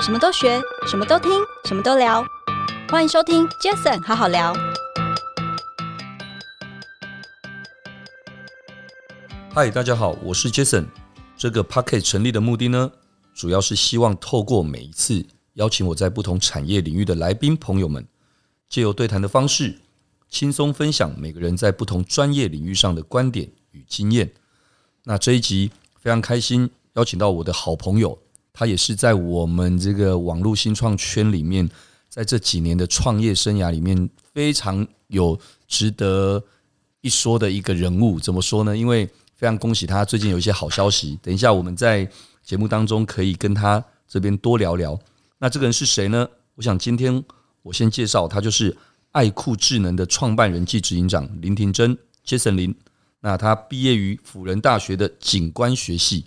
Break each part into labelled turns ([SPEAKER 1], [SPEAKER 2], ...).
[SPEAKER 1] 什么都学，什么都听，什么都聊。欢迎收听 Jason 好好聊。
[SPEAKER 2] 嗨，大家好，我是 Jason。这个 Pocket 成立的目的呢，主要是希望透过每一次邀请我在不同产业领域的来宾朋友们，借由对谈的方式，轻松分享每个人在不同专业领域上的观点与经验。那这一集非常开心，邀请到我的好朋友，他也是在我们这个网络新创圈里面，在这几年的创业生涯里面非常有值得一说的一个人物。怎么说呢？因为非常恭喜他，最近有一些好消息。等一下我们在节目当中可以跟他这边多聊聊。那这个人是谁呢？我想今天我先介绍他，就是爱酷智能的创办人暨执行长林庭珍 Jason 林。那他毕业于辅仁大学的景观学系，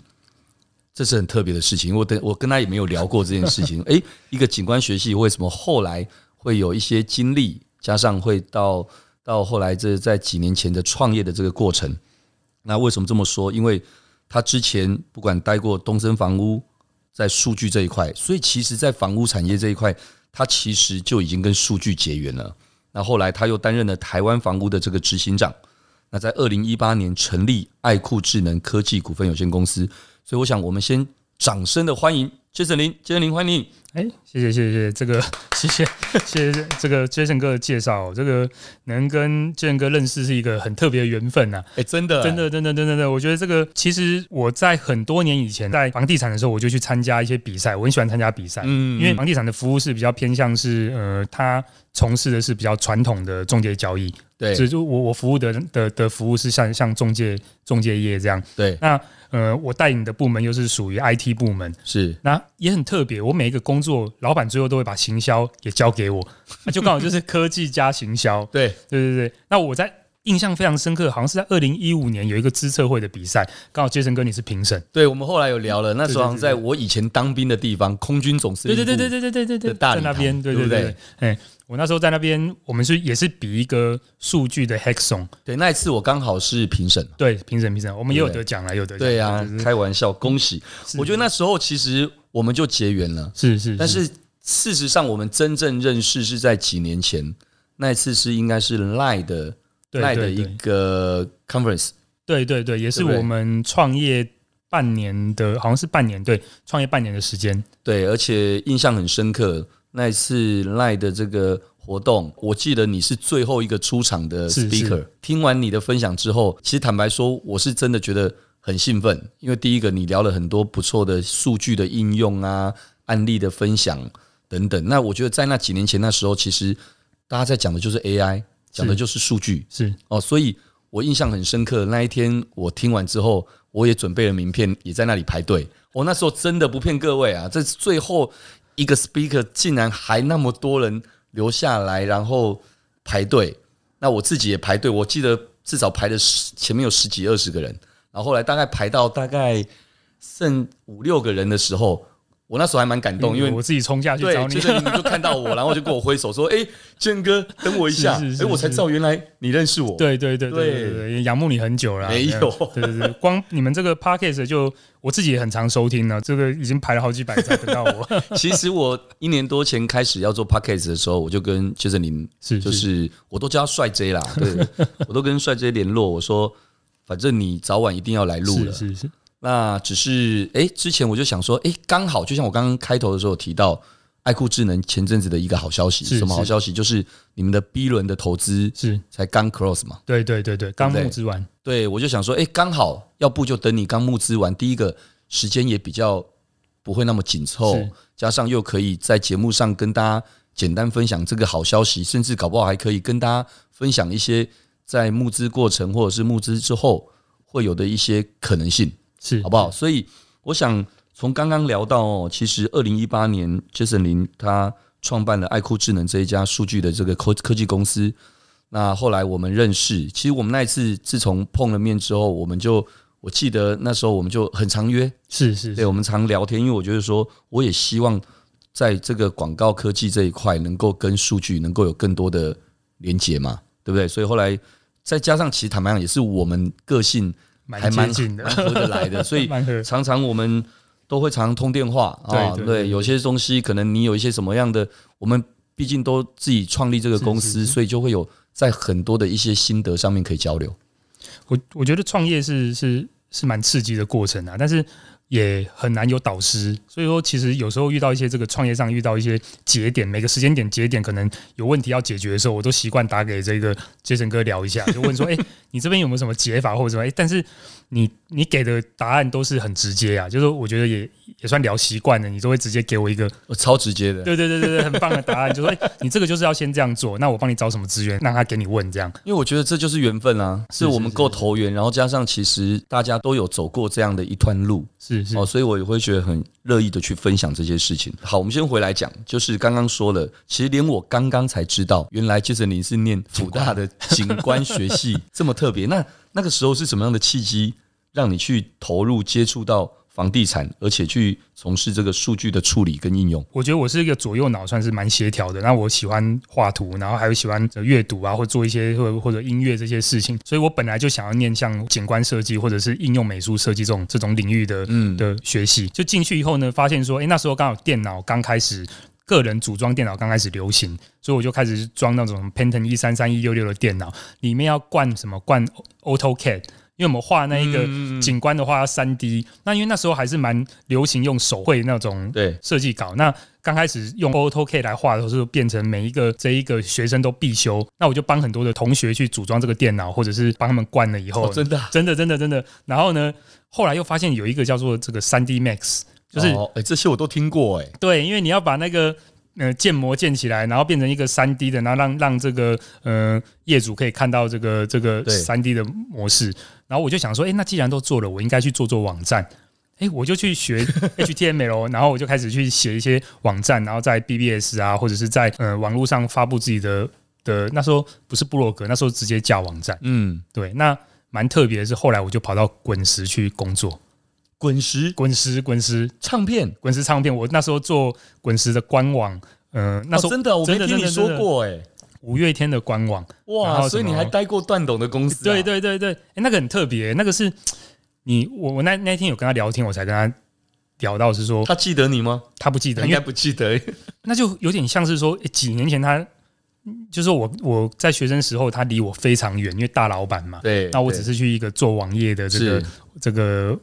[SPEAKER 2] 这是很特别的事情。我等我跟他也没有聊过这件事情。 诶，一个景观学系为什么后来会有一些经历，加上会到到后来这在几年前的创业的这个过程？那为什么这么说？因为他之前不管待过东森房屋，在数据这一块，所以其实在房屋产业这一块，他其实就已经跟数据结缘了。那后来他又担任了台湾房屋的这个执行长。那在二零一八年成立爱酷智能科技股份有限公司，所以我想我们先掌声的欢迎 Jason 林，Jason 林欢迎你。
[SPEAKER 3] 哎、谢谢谢谢这个 谢谢谢谢这个 Jason 哥的介绍哦，这个能跟 Jason 哥认识是一个很特别的缘分呐、啊
[SPEAKER 2] 哎、真的
[SPEAKER 3] 真的，真的，真的，真的，我觉得这个其实我在很多年以前，在房地产的时候，我就去参加一些比赛，我很喜欢参加比赛，
[SPEAKER 2] 嗯
[SPEAKER 3] 因为房地产的服务是比较偏向是呃，他从事的是比较传统的中介交易，所
[SPEAKER 2] 对
[SPEAKER 3] 以就我我服务的的的服务是像像中介中介业这样，
[SPEAKER 2] 对
[SPEAKER 3] 那呃，我带领的部门又是属于 IT 部门，
[SPEAKER 2] 是，。
[SPEAKER 3] 那也很特别，我每一个工作，老板最后都会把行销也交给我， 那就刚好就是科技加行销
[SPEAKER 2] 对
[SPEAKER 3] 对对对，那我在印象非常深刻，好像是在二零一五年有一个资策会的比赛，刚好杰森哥你是评审。
[SPEAKER 2] 对，我们后来有聊了，那时候好像
[SPEAKER 3] 对对对
[SPEAKER 2] 在我以前当兵的地方，空军总司
[SPEAKER 3] 对
[SPEAKER 2] 令
[SPEAKER 3] 对
[SPEAKER 2] 部，
[SPEAKER 3] 对对对对对对对，
[SPEAKER 2] 的大
[SPEAKER 3] 在那
[SPEAKER 2] 礼堂
[SPEAKER 3] 边，对
[SPEAKER 2] 对不
[SPEAKER 3] 对对。哎，我那时候在那边，我们是也是比一个数据的 Hexon，
[SPEAKER 2] 对，那一次我刚好是评审嘛。
[SPEAKER 3] 对评审评审，我们也有
[SPEAKER 2] 对
[SPEAKER 3] 得奖了，也有得奖。
[SPEAKER 2] 对呀、
[SPEAKER 3] 对对对
[SPEAKER 2] 开玩笑，恭喜！
[SPEAKER 3] 是
[SPEAKER 2] 我觉得那时候其实我们就结缘了，
[SPEAKER 3] 是是，
[SPEAKER 2] 但是事实上我们真正认识是在几年前，那一次是应该是赖的
[SPEAKER 3] 对
[SPEAKER 2] 赖的
[SPEAKER 3] 对
[SPEAKER 2] 一
[SPEAKER 3] 对
[SPEAKER 2] 个 conference，
[SPEAKER 3] 对对对，也是
[SPEAKER 2] 对不对
[SPEAKER 3] 我们创业半年的，好像是半年，对，创业半年的时间。
[SPEAKER 2] 对，而且印象很深刻。那一次赖的这个活动，我记得你是最后一个出场的
[SPEAKER 3] 是
[SPEAKER 2] speaker。听完你的分享之后，其实坦白说，我是真的觉得很兴奋，因为第一个你聊了很多不错的数据的应用啊、案例的分享等等。那我觉得在那几年前那时候，其实大家在讲的就是 AI，讲的就是数据
[SPEAKER 3] 是
[SPEAKER 2] 哦，所以我印象很深刻。那一天我听完之后，我也准备了名片，也在那里排队。我、那时候真的不骗各位啊，这最后一个 speaker 竟然还那么多人留下来，然后排队。那我自己也排队，我记得至少排了十，前面有十几二十个人，然后后来大概排到大概剩五六个人的时候，我那时候还蛮感动，因为
[SPEAKER 3] 哎我自己冲下去
[SPEAKER 2] 对，
[SPEAKER 3] 找你
[SPEAKER 2] 就。是你们就看到我，然后就跟我挥手说：“哎、健哥，等我一下。
[SPEAKER 3] 是是是
[SPEAKER 2] 哎，我才
[SPEAKER 3] 是
[SPEAKER 2] 知道原来你认识我。
[SPEAKER 3] 对对对
[SPEAKER 2] 对
[SPEAKER 3] 对对对，仰慕你很久了啊。
[SPEAKER 2] 没有
[SPEAKER 3] 对对对，光你们这个 podcast 就我自己也很常收听啊了，这个已经排了好几百才等到我。
[SPEAKER 2] 其实我一年多前开始要做 podcast 的时候，我就跟杰森林，
[SPEAKER 3] 是
[SPEAKER 2] 就是我都叫他帅 J 啦，对，我都跟帅 J 联络，我说反正你早晚一定要来录
[SPEAKER 3] 是
[SPEAKER 2] 了。
[SPEAKER 3] 是是，
[SPEAKER 2] 那只是哎、诶之前我就想说，哎、刚好就像我刚刚开头的时候有提到，爱酷智能前阵子的一个好消息，
[SPEAKER 3] 是
[SPEAKER 2] 什么好
[SPEAKER 3] 是
[SPEAKER 2] 消息？就是你们的 B 轮的投资
[SPEAKER 3] 是
[SPEAKER 2] 才刚 close 嘛。
[SPEAKER 3] 对对对对，刚
[SPEAKER 2] 对
[SPEAKER 3] 募资完，
[SPEAKER 2] 对，我就想说，哎、刚好，要不就等你刚募资完，第一个时间也比较不会那么紧凑
[SPEAKER 3] 是，
[SPEAKER 2] 加上又可以在节目上跟大家简单分享这个好消息，甚至搞不好还可以跟大家分享一些在募资过程或者是募资之后会有的一些可能性，
[SPEAKER 3] 是
[SPEAKER 2] 好不好？所以我想从刚刚聊到哦，其实二零一八年，Jason 林他创办了爱酷智能这一家数据的这个科科技公司。那后来我们认识，其实我们那一次自从碰了面之后，我们就我记得那时候我们就很常约，
[SPEAKER 3] 是是
[SPEAKER 2] 对
[SPEAKER 3] 是
[SPEAKER 2] 我们常聊天，因为我觉得说我也希望在这个广告科技这一块能够跟数据能够有更多的连接嘛，对不对？所以后来再加上，其实坦白讲也是我们个性
[SPEAKER 3] 蛮
[SPEAKER 2] 还
[SPEAKER 3] 接
[SPEAKER 2] 蛮
[SPEAKER 3] 近的
[SPEAKER 2] 蛮，合得来的，所以
[SPEAKER 3] 蛮合。
[SPEAKER 2] 常常我们都会常常通电话啊，
[SPEAKER 3] 对对
[SPEAKER 2] 对，
[SPEAKER 3] 对
[SPEAKER 2] 有些东西可能你有一些什么样的，我们毕竟都自己创立这个公
[SPEAKER 3] 是
[SPEAKER 2] 司，
[SPEAKER 3] 是
[SPEAKER 2] 所以就会有在很多的一些心得上面可以交流。
[SPEAKER 3] 我我觉得创业是是是蛮刺激的过程啊，但是也很难有导师，所以说其实有时候遇到一些这个创业上遇到一些节点，每个时间点节点可能有问题要解决的时候，我都习惯打给这个杰森哥聊一下，就问说，哎、你这边有没有什么解法或者什么？哎、但是你你给的答案都是很直接啊，就是我觉得也也算聊习惯了，你都会直接给我一个
[SPEAKER 2] 呃超直接的，
[SPEAKER 3] 对对对对对很棒的答案，就说，哎、你这个就是要先这样做，那我帮你找什么资源，让他给你问这样。
[SPEAKER 2] 因为我觉得这就是缘分啊，
[SPEAKER 3] 是
[SPEAKER 2] 是我们
[SPEAKER 3] 是
[SPEAKER 2] 够
[SPEAKER 3] 是
[SPEAKER 2] 投缘，然后加上其实大家都有走过这样的一段路，
[SPEAKER 3] 是是
[SPEAKER 2] 哦，所以我也会觉得很乐意的去分享这些事情。好，我们先回来讲，就是刚刚说了，其实连我刚刚才知道，原来杰森林是念辅大的景观学 系，这么特别。那那个时候是什么样的契机，让你去投入接触到房地产，而且去从事这个数据的处理跟应用？
[SPEAKER 3] 我觉得我是一个左右脑算是蛮协调的，那我喜欢画图，然后还有喜欢阅读啊，或做一些或或者音乐这些事情，所以我本来就想要念像景观设计或者是应用美术设计这种这种领域的
[SPEAKER 2] 嗯，
[SPEAKER 3] 的学习。就进去以后呢，发现说，诶，那时候刚好电脑刚开始。个人组装电脑刚开始流行，所以我就开始装那种 Pentium 一三三一六六的电脑，里面要灌什么灌 AutoCAD，因为我们画那一个景观的话要三 D，、那因为那时候还是蛮流行用手绘那种
[SPEAKER 2] 对，
[SPEAKER 3] 设计稿。那刚开始用 AutoCAD 来画的时候，是变成每一个这一个学生都必修。那我就帮很多的同学去组装这个电脑，或者是帮他们灌了以后，
[SPEAKER 2] 哦，真的啊、
[SPEAKER 3] 真的真的真的。然后呢，后来又发现有一个叫做这个三 D Max，就是、
[SPEAKER 2] 哦哎、这些我都听过、哎，
[SPEAKER 3] 对，因为你要把那个。呃，建模建起来，然后变成一个三 D 的，然后让让这个呃业主可以看到这个这个
[SPEAKER 2] 对
[SPEAKER 3] 三 D 的模式。然后我就想说，诶，那既然都做了，我应该去做做网站。诶，我就去学 HTML，然后我就开始去写一些网站，然后在 BBS 啊，或者是在呃网络上发布自己的的。那时候不是部落格，那时候直接架网站。
[SPEAKER 2] 嗯，
[SPEAKER 3] 对，那蛮特别的是，后来我就跑到滚石去工作，
[SPEAKER 2] 滚石
[SPEAKER 3] 滚石滚石
[SPEAKER 2] 唱片，
[SPEAKER 3] 滚石唱片，我那时候做滚石的官网，呃，那
[SPEAKER 2] 哦，
[SPEAKER 3] 时候
[SPEAKER 2] 真的啊，我没
[SPEAKER 3] 真的
[SPEAKER 2] 听你
[SPEAKER 3] 真的
[SPEAKER 2] 说
[SPEAKER 3] 真的
[SPEAKER 2] 过、哎，
[SPEAKER 3] 五月天的官网，然
[SPEAKER 2] 哇，
[SPEAKER 3] 后
[SPEAKER 2] 所以
[SPEAKER 3] 什
[SPEAKER 2] 你
[SPEAKER 3] 么
[SPEAKER 2] 还待过段董的公司、啊？
[SPEAKER 3] 对对对对，诶那个很特别，那个是你我我那那天有跟他聊天，我才跟他聊到是说
[SPEAKER 2] 他记得你吗？
[SPEAKER 3] 他不记
[SPEAKER 2] 他
[SPEAKER 3] 得，
[SPEAKER 2] 应
[SPEAKER 3] 因
[SPEAKER 2] 该
[SPEAKER 3] 为
[SPEAKER 2] 不记得。
[SPEAKER 3] 那就有点像是说、诶几年前他。嗯就是我我在学生时候，他离我非常远，因为大老板嘛。
[SPEAKER 2] 对
[SPEAKER 3] 那我只是去一个做网页的这个
[SPEAKER 2] 是
[SPEAKER 3] 这个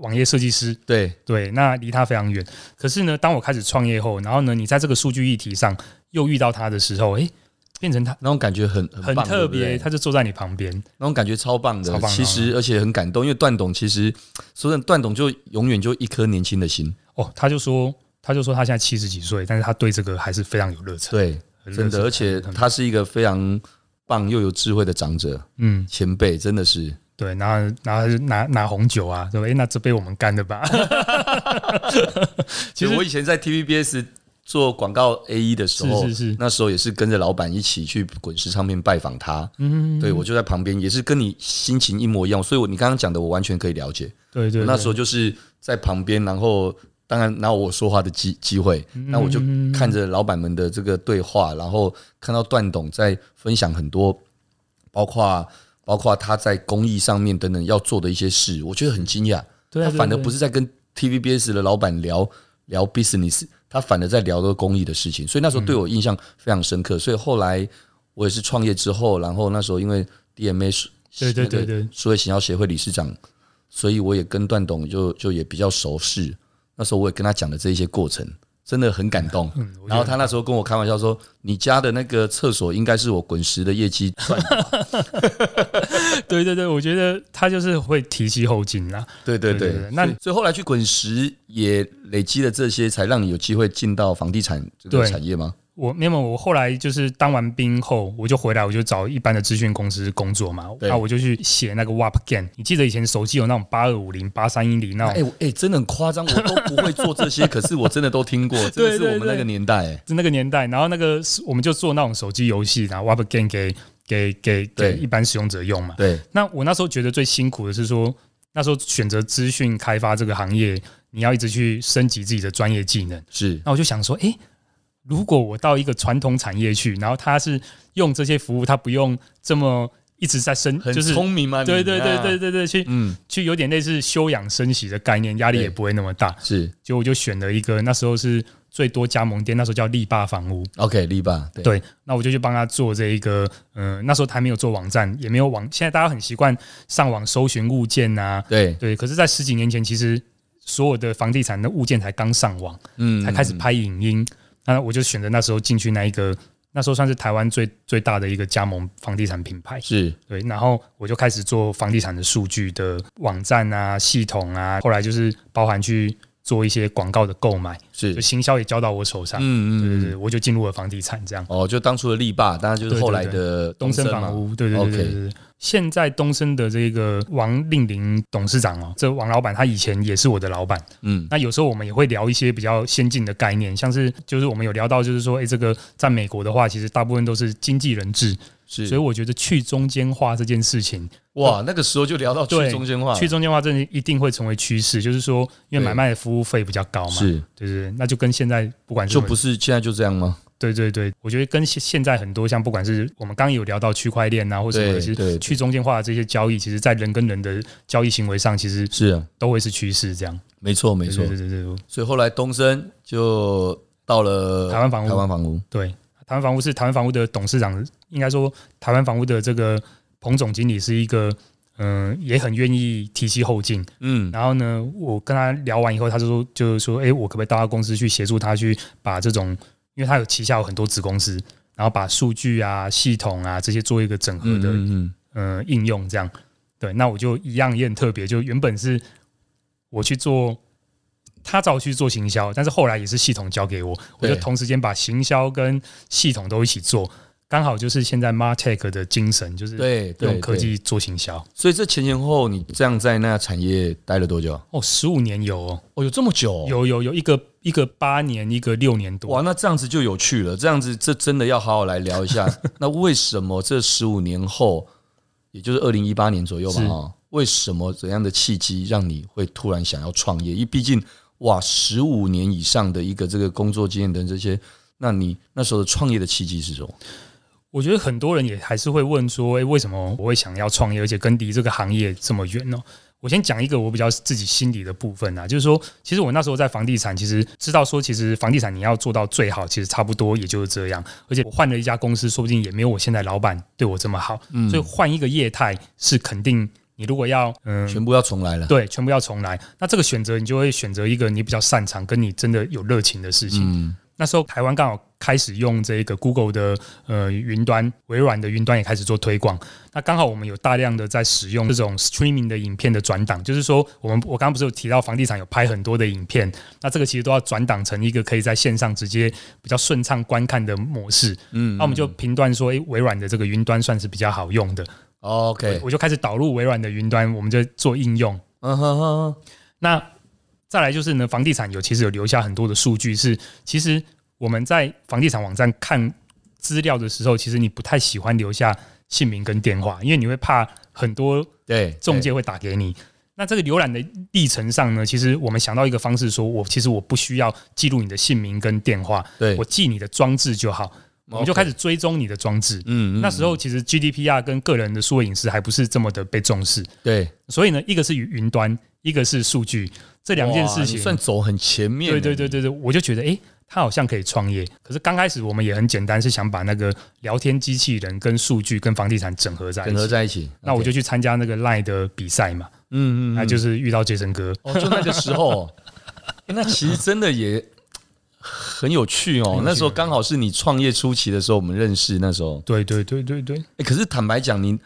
[SPEAKER 3] 网页设计师，
[SPEAKER 2] 对
[SPEAKER 3] 对，那离他非常远。可是呢，当我开始创业后，然后呢，你在这个数据议题上又遇到他的时候，诶，变成他
[SPEAKER 2] 那种感觉很很
[SPEAKER 3] 很
[SPEAKER 2] 棒
[SPEAKER 3] 特
[SPEAKER 2] 对
[SPEAKER 3] 别，
[SPEAKER 2] 不对
[SPEAKER 3] 他就坐在你旁边。
[SPEAKER 2] 那种感觉超棒的。
[SPEAKER 3] 超棒的
[SPEAKER 2] 其实而且很感动，因为段董其实说真的，段董就永远就一颗年轻的心。
[SPEAKER 3] 哦，他就说，他就说他现在七十几岁，但是他对这个还是非常有热忱。
[SPEAKER 2] 对，
[SPEAKER 3] 很热
[SPEAKER 2] 真的，
[SPEAKER 3] 忱
[SPEAKER 2] 而且
[SPEAKER 3] 很
[SPEAKER 2] 他是一个非常棒又有智慧的长者
[SPEAKER 3] 嗯，
[SPEAKER 2] 前辈，真的是。
[SPEAKER 3] 对，然后然后他就拿拿红酒啊，说，诶，那这杯我们干的吧。
[SPEAKER 2] 其
[SPEAKER 3] 其
[SPEAKER 2] 实
[SPEAKER 3] 实
[SPEAKER 2] 我以前在 TVBS 做广告 A E 的时候，
[SPEAKER 3] 是是是
[SPEAKER 2] 那时候也是跟着老板一起去滚石唱片拜访他。
[SPEAKER 3] 嗯，
[SPEAKER 2] 对，我就在旁边，也是跟你心情一模一样，所以我你刚刚讲的，我完全可以了解。
[SPEAKER 3] 对对对，
[SPEAKER 2] 我那时候就是在旁边，然后当然拿我说话的机机会，那我就
[SPEAKER 3] 嗯
[SPEAKER 2] 看着老板们的这个对话，然后看到段董在分享很多，包括包括他在公益上面等等要做的一些事，我觉得很惊讶。
[SPEAKER 3] 对啊
[SPEAKER 2] 他反而
[SPEAKER 3] 对对
[SPEAKER 2] 不是在跟 TVBS 的老板聊聊 business，他反而在聊的公益的事情，所以那时候对我印象非常深刻。所以后来我也是创业之后，然后那时候因为 DMA 是
[SPEAKER 3] 对对对
[SPEAKER 2] 那个
[SPEAKER 3] 对
[SPEAKER 2] 数位行销协会理事长，所以我也跟段董就就也比较熟识。那时候我也跟他讲的这一些过程，真的很感动。
[SPEAKER 3] 嗯我觉得
[SPEAKER 2] 然后他那时候跟我开玩笑说：“你家的那个厕所应该是我滚石的业绩 赚。
[SPEAKER 3] 对对对，我觉得他就是会提起后啊劲啦。”
[SPEAKER 2] 对对
[SPEAKER 3] 对
[SPEAKER 2] 对
[SPEAKER 3] 对对，
[SPEAKER 2] 那
[SPEAKER 3] 那
[SPEAKER 2] 所以后来去滚石也累积了这些，才让你有机会进到房地产这个
[SPEAKER 3] 对
[SPEAKER 2] 产业吗？
[SPEAKER 3] 我没有，我后来就是当完兵后，我就回来，我就找一般的资讯公司工作嘛。
[SPEAKER 2] 对
[SPEAKER 3] 那我就去写那个 WAP Game。你记得以前手机有那种八二五零、八三一零那
[SPEAKER 2] 哎
[SPEAKER 3] 种，
[SPEAKER 2] 哎、真的很夸张，我都不会做这 些，可是我真的都听过，真的
[SPEAKER 3] 对
[SPEAKER 2] 是我们
[SPEAKER 3] 对
[SPEAKER 2] 那个年代、哎
[SPEAKER 3] 就那个年代，然后那个我们就做那种手机游戏，然后 WAP Game 给给给
[SPEAKER 2] 对
[SPEAKER 3] 给一般使用者用嘛。
[SPEAKER 2] 对
[SPEAKER 3] 那我那时候觉得最辛苦的是说，那时候选择资讯开发这个行业，你要一直去升级自己的专业技能。
[SPEAKER 2] 是，
[SPEAKER 3] 那我就想说，诶，如果我到一个传统产业去，然后它是用这些服务，它不用这么一直在升，
[SPEAKER 2] 很
[SPEAKER 3] 就是
[SPEAKER 2] 聪明嘛，你
[SPEAKER 3] 对对对
[SPEAKER 2] 啊
[SPEAKER 3] 对，对对，去
[SPEAKER 2] 嗯，
[SPEAKER 3] 去有点类似休养生息的概念，压力也
[SPEAKER 2] 对
[SPEAKER 3] 不会那么大。
[SPEAKER 2] 是
[SPEAKER 3] 结果我就选了一个那时候是最多加盟店，那时候叫力霸房屋。
[SPEAKER 2] OK，力霸，对
[SPEAKER 3] 对那我就去帮他做这一个，呃，那时候他还没有做网站，也没有网，现在大家很习惯上网搜寻物件啊，
[SPEAKER 2] 对，
[SPEAKER 3] 对。可是，在十几年前，其实所有的房地产的物件才刚上网，
[SPEAKER 2] 嗯，
[SPEAKER 3] 才开始拍影音。那我就选择那时候进去那一个，那时候算是台湾最最大的一个加盟房地产品牌。
[SPEAKER 2] 是
[SPEAKER 3] 对，然后我就开始做房地产的数据的网站啊、系统啊，后来就是包含去做一些广告的购买，
[SPEAKER 2] 是
[SPEAKER 3] 就，行销也交到我手上。对对
[SPEAKER 2] 嗯
[SPEAKER 3] 对，。我就进入了房地产这样。
[SPEAKER 2] 哦，就当初的力霸，当然就是
[SPEAKER 3] 对对
[SPEAKER 2] 后来的
[SPEAKER 3] 东
[SPEAKER 2] 森
[SPEAKER 3] 森
[SPEAKER 2] 嘛
[SPEAKER 3] 房屋，对对对对
[SPEAKER 2] OK
[SPEAKER 3] 对对。现在东森的这个王令林董事长哦，这王老板他以前也是我的老板。
[SPEAKER 2] 嗯，
[SPEAKER 3] 那有时候我们也会聊一些比较先进的概念，像是就是我们有聊到，就是说，哎，这个在美国的话，其实大部分都是经纪人制，
[SPEAKER 2] 是。
[SPEAKER 3] 所以我觉得去中间化这件事情，
[SPEAKER 2] 哇，那个时候就聊到去
[SPEAKER 3] 对
[SPEAKER 2] 中间化了，
[SPEAKER 3] 去中间化这一定会成为趋势，就是说，因
[SPEAKER 2] 对
[SPEAKER 3] 为买卖的服务费比较高嘛，
[SPEAKER 2] 是
[SPEAKER 3] 对对对，那就跟现在不管是
[SPEAKER 2] 就
[SPEAKER 3] 我们
[SPEAKER 2] 不是现在就这样吗？
[SPEAKER 3] 对对对，我觉得跟现现在很多像不管是我们刚刚有聊到区块链啊，或什么
[SPEAKER 2] 对
[SPEAKER 3] 的，其
[SPEAKER 2] 对对
[SPEAKER 3] 实去中间化的这些交易，其实在人跟人的交易行为上，其实
[SPEAKER 2] 是啊，
[SPEAKER 3] 都会是趋势这样。
[SPEAKER 2] 没错没
[SPEAKER 3] 对
[SPEAKER 2] 错
[SPEAKER 3] 对。对对对
[SPEAKER 2] 所以后来东森就到了
[SPEAKER 3] 台湾房屋
[SPEAKER 2] 台湾房屋
[SPEAKER 3] 对，台湾房屋是台湾房屋的董事长，应该说台湾房屋的这个彭总经理是一个。嗯，也很愿意提携后进。
[SPEAKER 2] 嗯，
[SPEAKER 3] 然后呢，我跟他聊完以后，他就说，就是说，哎、我可不可以到他公司去协助他去把这种，因为他有旗下有很多子公司，然后把数据啊、系统啊这些做一个整合
[SPEAKER 2] 嗯
[SPEAKER 3] 的
[SPEAKER 2] 嗯
[SPEAKER 3] 呃应用这样。对，那我就一样也很特别，就原本是我去做，他找我去做行销，但是后来也是系统交给我，我就
[SPEAKER 2] 对
[SPEAKER 3] 同时间把行销跟系统都一起做，刚好就是现在 Martech 的精神，就
[SPEAKER 2] 嗯，
[SPEAKER 3] 是
[SPEAKER 2] 对对
[SPEAKER 3] 用科。技做行销。
[SPEAKER 2] 对所以这前前后后你这样在那产业待了多久？
[SPEAKER 3] 哦，十五年有哦，
[SPEAKER 2] 哦，有这么久哦？
[SPEAKER 3] 有有有一个一个八年，一个六年多
[SPEAKER 2] 哇，。那这样子就有趣了。这样子，这真的要好好来聊一 下。那为什么这十五年后，也就是二零一八年左右吧，
[SPEAKER 3] 是
[SPEAKER 2] 哈，为什么怎样的契机让你会突然想要创业？因为毕竟，哇，十五年以上的一个这个工作经验等这些，那你那时候的创业的契机是什么？
[SPEAKER 3] 我觉得很多人也还是会问说，诶，为什么我会想要创业，而且跟离这个行业这么远呢？我先讲一个我比较自己心里的部分啊，就是说，其实我那时候在房地产，其实知道说，其实房地产你要做到最好，其实差不多也就是这样。而且我换了一家公司，说不定也没有我现在老板对我这么好，所以换一个业态是肯定。你如果要嗯
[SPEAKER 2] 全部要重来了。
[SPEAKER 3] 对，全部要重来。那这个选择，你就会选择一个你比较擅长、跟你真的有热情的事情。
[SPEAKER 2] 嗯
[SPEAKER 3] 那时候台湾刚好开始用这个 Google 的呃云端，微软的云端也开始做推广。那刚好我们有大量的在使用这种 streaming 的影片的转档，就是说我们我刚刚不是有提到房地产有拍很多的影片，那这个其实都要转档成一个可以在线上直接比较顺畅观看的模式。
[SPEAKER 2] 嗯
[SPEAKER 3] 那我们就评断说，诶、微软的这个云端算是比较好用的，
[SPEAKER 2] OK，
[SPEAKER 3] 我就开始导入微软的云端，我们就做应用。
[SPEAKER 2] 嗯哼哼，
[SPEAKER 3] 那再来就是呢，房地产有其实有留下很多的数据是，其实我们在房地产网站看资料的时候，其实你不太喜欢留下姓名跟电话，因为你会怕很多
[SPEAKER 2] 对，
[SPEAKER 3] 中
[SPEAKER 2] 对
[SPEAKER 3] 介会打给你。那这个浏览的历程上呢，其实我们想到一个方式说我其实我不需要记录你的姓名跟电话，
[SPEAKER 2] 对，
[SPEAKER 3] 我记你的装置就好，我们就
[SPEAKER 2] OK
[SPEAKER 3] 开始追踪你的装置。
[SPEAKER 2] 嗯嗯
[SPEAKER 3] 那时候其实 GDPR 跟个人的数位隐私还不是这么的被重视，
[SPEAKER 2] 对
[SPEAKER 3] 所以呢，一个是云端，一个是数据，这两件
[SPEAKER 2] 哇
[SPEAKER 3] 事
[SPEAKER 2] 你
[SPEAKER 3] 情
[SPEAKER 2] 算走很前面
[SPEAKER 3] 对
[SPEAKER 2] 了，
[SPEAKER 3] 对对对对，我就觉得诶，他好像可以创业。可是刚开始我们也很简单，是想把那个聊天机器人跟数据跟房地产整合在一
[SPEAKER 2] 整合
[SPEAKER 3] 起。
[SPEAKER 2] 在一起。
[SPEAKER 3] 那我
[SPEAKER 2] OK
[SPEAKER 3] 就去参加那个 Line 的比赛嘛，
[SPEAKER 2] 嗯嗯，
[SPEAKER 3] 那、
[SPEAKER 2] 嗯
[SPEAKER 3] 就是遇到杰森哥，
[SPEAKER 2] 哦，就那个时候、 欸那其实真的也很有趣哦。
[SPEAKER 3] 趣
[SPEAKER 2] 那时候刚好是你创业初期的时候，我们认识。那时候，
[SPEAKER 3] 对对对对对，
[SPEAKER 2] 欸可是坦白讲，您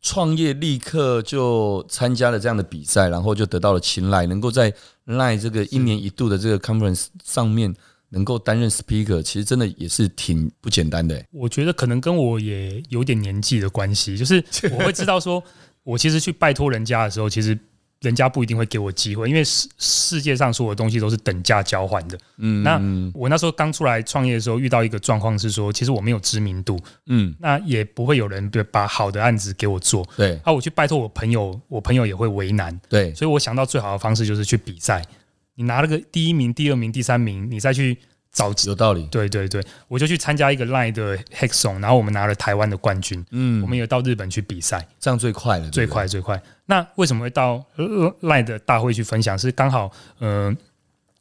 [SPEAKER 2] 创业立刻就参加了这样的比赛，然后就得到了青睐，能够在 Line 这个一年一度的这个 conference 上面能够担任 speaker，其实真的也是挺不简单的欸、
[SPEAKER 3] 我觉得可能跟我也有点年纪的关系， 就是我会知道说，我其实去拜托人家的时候，其实人家不一定会给我机会，因为世世界上所有东西都是等价交换的。
[SPEAKER 2] 嗯，
[SPEAKER 3] 那
[SPEAKER 2] 嗯
[SPEAKER 3] 我那时候刚出来创业的时候，遇到一个状况是说，其实我没有知名度，
[SPEAKER 2] 嗯，
[SPEAKER 3] 那也不会有人把好的案子给我做。
[SPEAKER 2] 对
[SPEAKER 3] 啊，我去拜托我朋友，我朋友也会为难，
[SPEAKER 2] 对，
[SPEAKER 3] 所以我想到最好的方式就是去比赛。你拿了个第一名、第二名、第三名，你再去早
[SPEAKER 2] 有道理。
[SPEAKER 3] 对对对，我就去参加一个 LINE 的 Hackathon，然后我们拿了台湾的冠军，
[SPEAKER 2] 嗯，
[SPEAKER 3] 我们有到日本去比赛，
[SPEAKER 2] 这样最快了，
[SPEAKER 3] 最
[SPEAKER 2] 对不对
[SPEAKER 3] 快最快。那为什么会到呃 LINE 的大会去分享？是刚好呃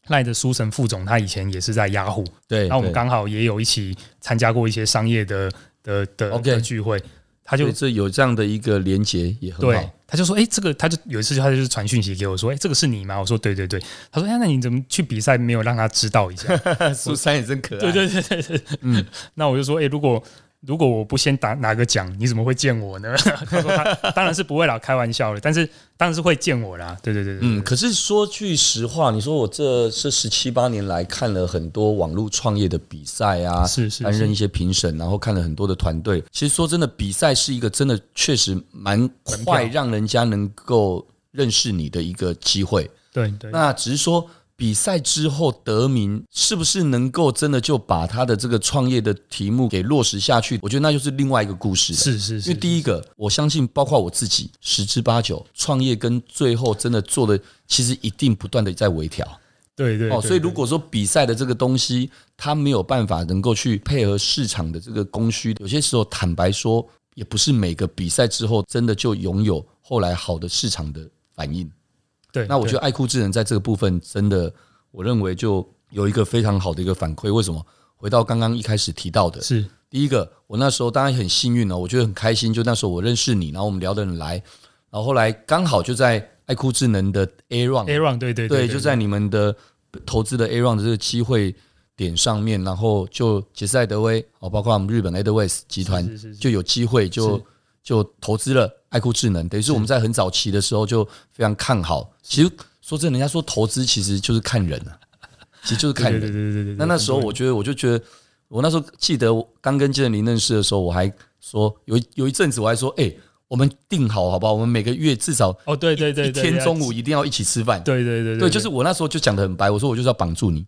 [SPEAKER 3] LINE 的苏神副总他以前也是在雅虎，
[SPEAKER 2] 对。
[SPEAKER 3] 那我们
[SPEAKER 2] 对
[SPEAKER 3] 刚好也有一起参加过一些商业的的的
[SPEAKER 2] OK
[SPEAKER 3] 的聚会，他就
[SPEAKER 2] 所以这有这样的一个连接也很
[SPEAKER 3] 对
[SPEAKER 2] 好，，
[SPEAKER 3] 他就说：“哎、这个，他就有一次，他就是传讯息给我说：‘哎、这个是你吗？’我说：‘对对对。’他说：‘哎、那你怎么去比赛没有让他知道一下
[SPEAKER 2] 苏珊也真可？’爱。
[SPEAKER 3] 对对对对对，嗯。那我就说：‘哎、如果如果我不先打拿个奖，你怎么会见我呢？’ 他说他：‘当然是不会啦，开玩笑的，但是当然是会见我啦。’对对对对，
[SPEAKER 2] 嗯，可是说句实话，你说我这这十七八年来看了很多网络创业的比赛啊，
[SPEAKER 3] 是是
[SPEAKER 2] 担任
[SPEAKER 3] 是
[SPEAKER 2] 一些评审，然后看了很多的团队。其实说真的，比赛是一个真的确实蛮快
[SPEAKER 3] 票
[SPEAKER 2] 让人家能够认识你的一个机会。
[SPEAKER 3] 对对
[SPEAKER 2] 那只是说比赛之后得名，是不是能够真的就把他的这个创业的题目给落实下去？我觉得那就是另外一个故事了。
[SPEAKER 3] 是是
[SPEAKER 2] 因为
[SPEAKER 3] 是，
[SPEAKER 2] 第一个，我相信包括我自己，十之八九创业跟最后真的做的，其实一定不断的在微调
[SPEAKER 3] 对对
[SPEAKER 2] 哦。
[SPEAKER 3] 对
[SPEAKER 2] 所以
[SPEAKER 3] 对
[SPEAKER 2] 如果说比赛的这个东西，它没有办法能够去配合市场的这个供需，有些时候坦白说，也不是每个比赛之后真的就拥有后来好的市场的反应。
[SPEAKER 3] 对，
[SPEAKER 2] 那我觉得
[SPEAKER 3] 对
[SPEAKER 2] 爱酷智能在这个部分真的，我认为就有一个非常好的一个反馈。为什么？回到刚刚一开始提到的，
[SPEAKER 3] 是
[SPEAKER 2] 第一个，我那时候当然很幸运哦，我觉得很开心。就那时候我认识你，然后我们聊得很来，然后后来刚好就在爱酷智能的 A round，
[SPEAKER 3] Aaron，对对
[SPEAKER 2] 哦对，
[SPEAKER 3] 对，
[SPEAKER 2] 就在你们的投资的 A round 的这个机会点上面，然后就杰斯艾德威哦，包括我们日本 AdWays 集团
[SPEAKER 3] 是是是是
[SPEAKER 2] 就有机会就是就投资了爱酷智能，等于是我们在很早期的时候就非常看好。其实说真的，人家说投资其实就是看人啊，其实就是
[SPEAKER 3] 对
[SPEAKER 2] 看
[SPEAKER 3] 对
[SPEAKER 2] 人啊
[SPEAKER 3] 对。对对对。
[SPEAKER 2] 那那时候
[SPEAKER 3] 很多
[SPEAKER 2] 我觉得，我就觉得，我那时候记得我刚跟建林认识的时候，我还说有一有一阵子我还说，哎、我们定好好不好？我们每个月至少
[SPEAKER 3] 人哦，对对对
[SPEAKER 2] 一
[SPEAKER 3] 对，
[SPEAKER 2] 天
[SPEAKER 3] 对
[SPEAKER 2] 中午，一定要一起吃饭。
[SPEAKER 3] 对对对嗯
[SPEAKER 2] 对，就是我那时候就讲的很白，我说我就是要绑住你，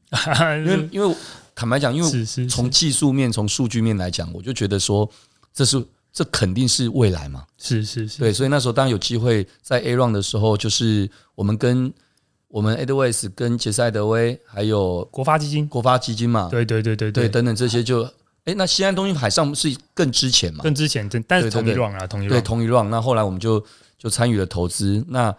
[SPEAKER 2] 因 为因为坦白讲，因为
[SPEAKER 3] 是是
[SPEAKER 2] 从技术面、从数据面来讲，我就觉得说这是这肯定是未来嘛。
[SPEAKER 3] 是是是，
[SPEAKER 2] 对，所以那时候当然有机会在 A round 的时候，就是我们跟我们 AdWays 跟杰赛德威还有
[SPEAKER 3] 国发基金，
[SPEAKER 2] 国发基金嘛，
[SPEAKER 3] 对对对对
[SPEAKER 2] 啊对，等等这些就，哎，那西安东运海上是更之前嘛？
[SPEAKER 3] 更之前真，但是
[SPEAKER 2] 对对
[SPEAKER 3] 同一
[SPEAKER 2] 对
[SPEAKER 3] round 啊，同一
[SPEAKER 2] 对，
[SPEAKER 3] round，
[SPEAKER 2] 同一 round。那后来我们就就参与了投资，那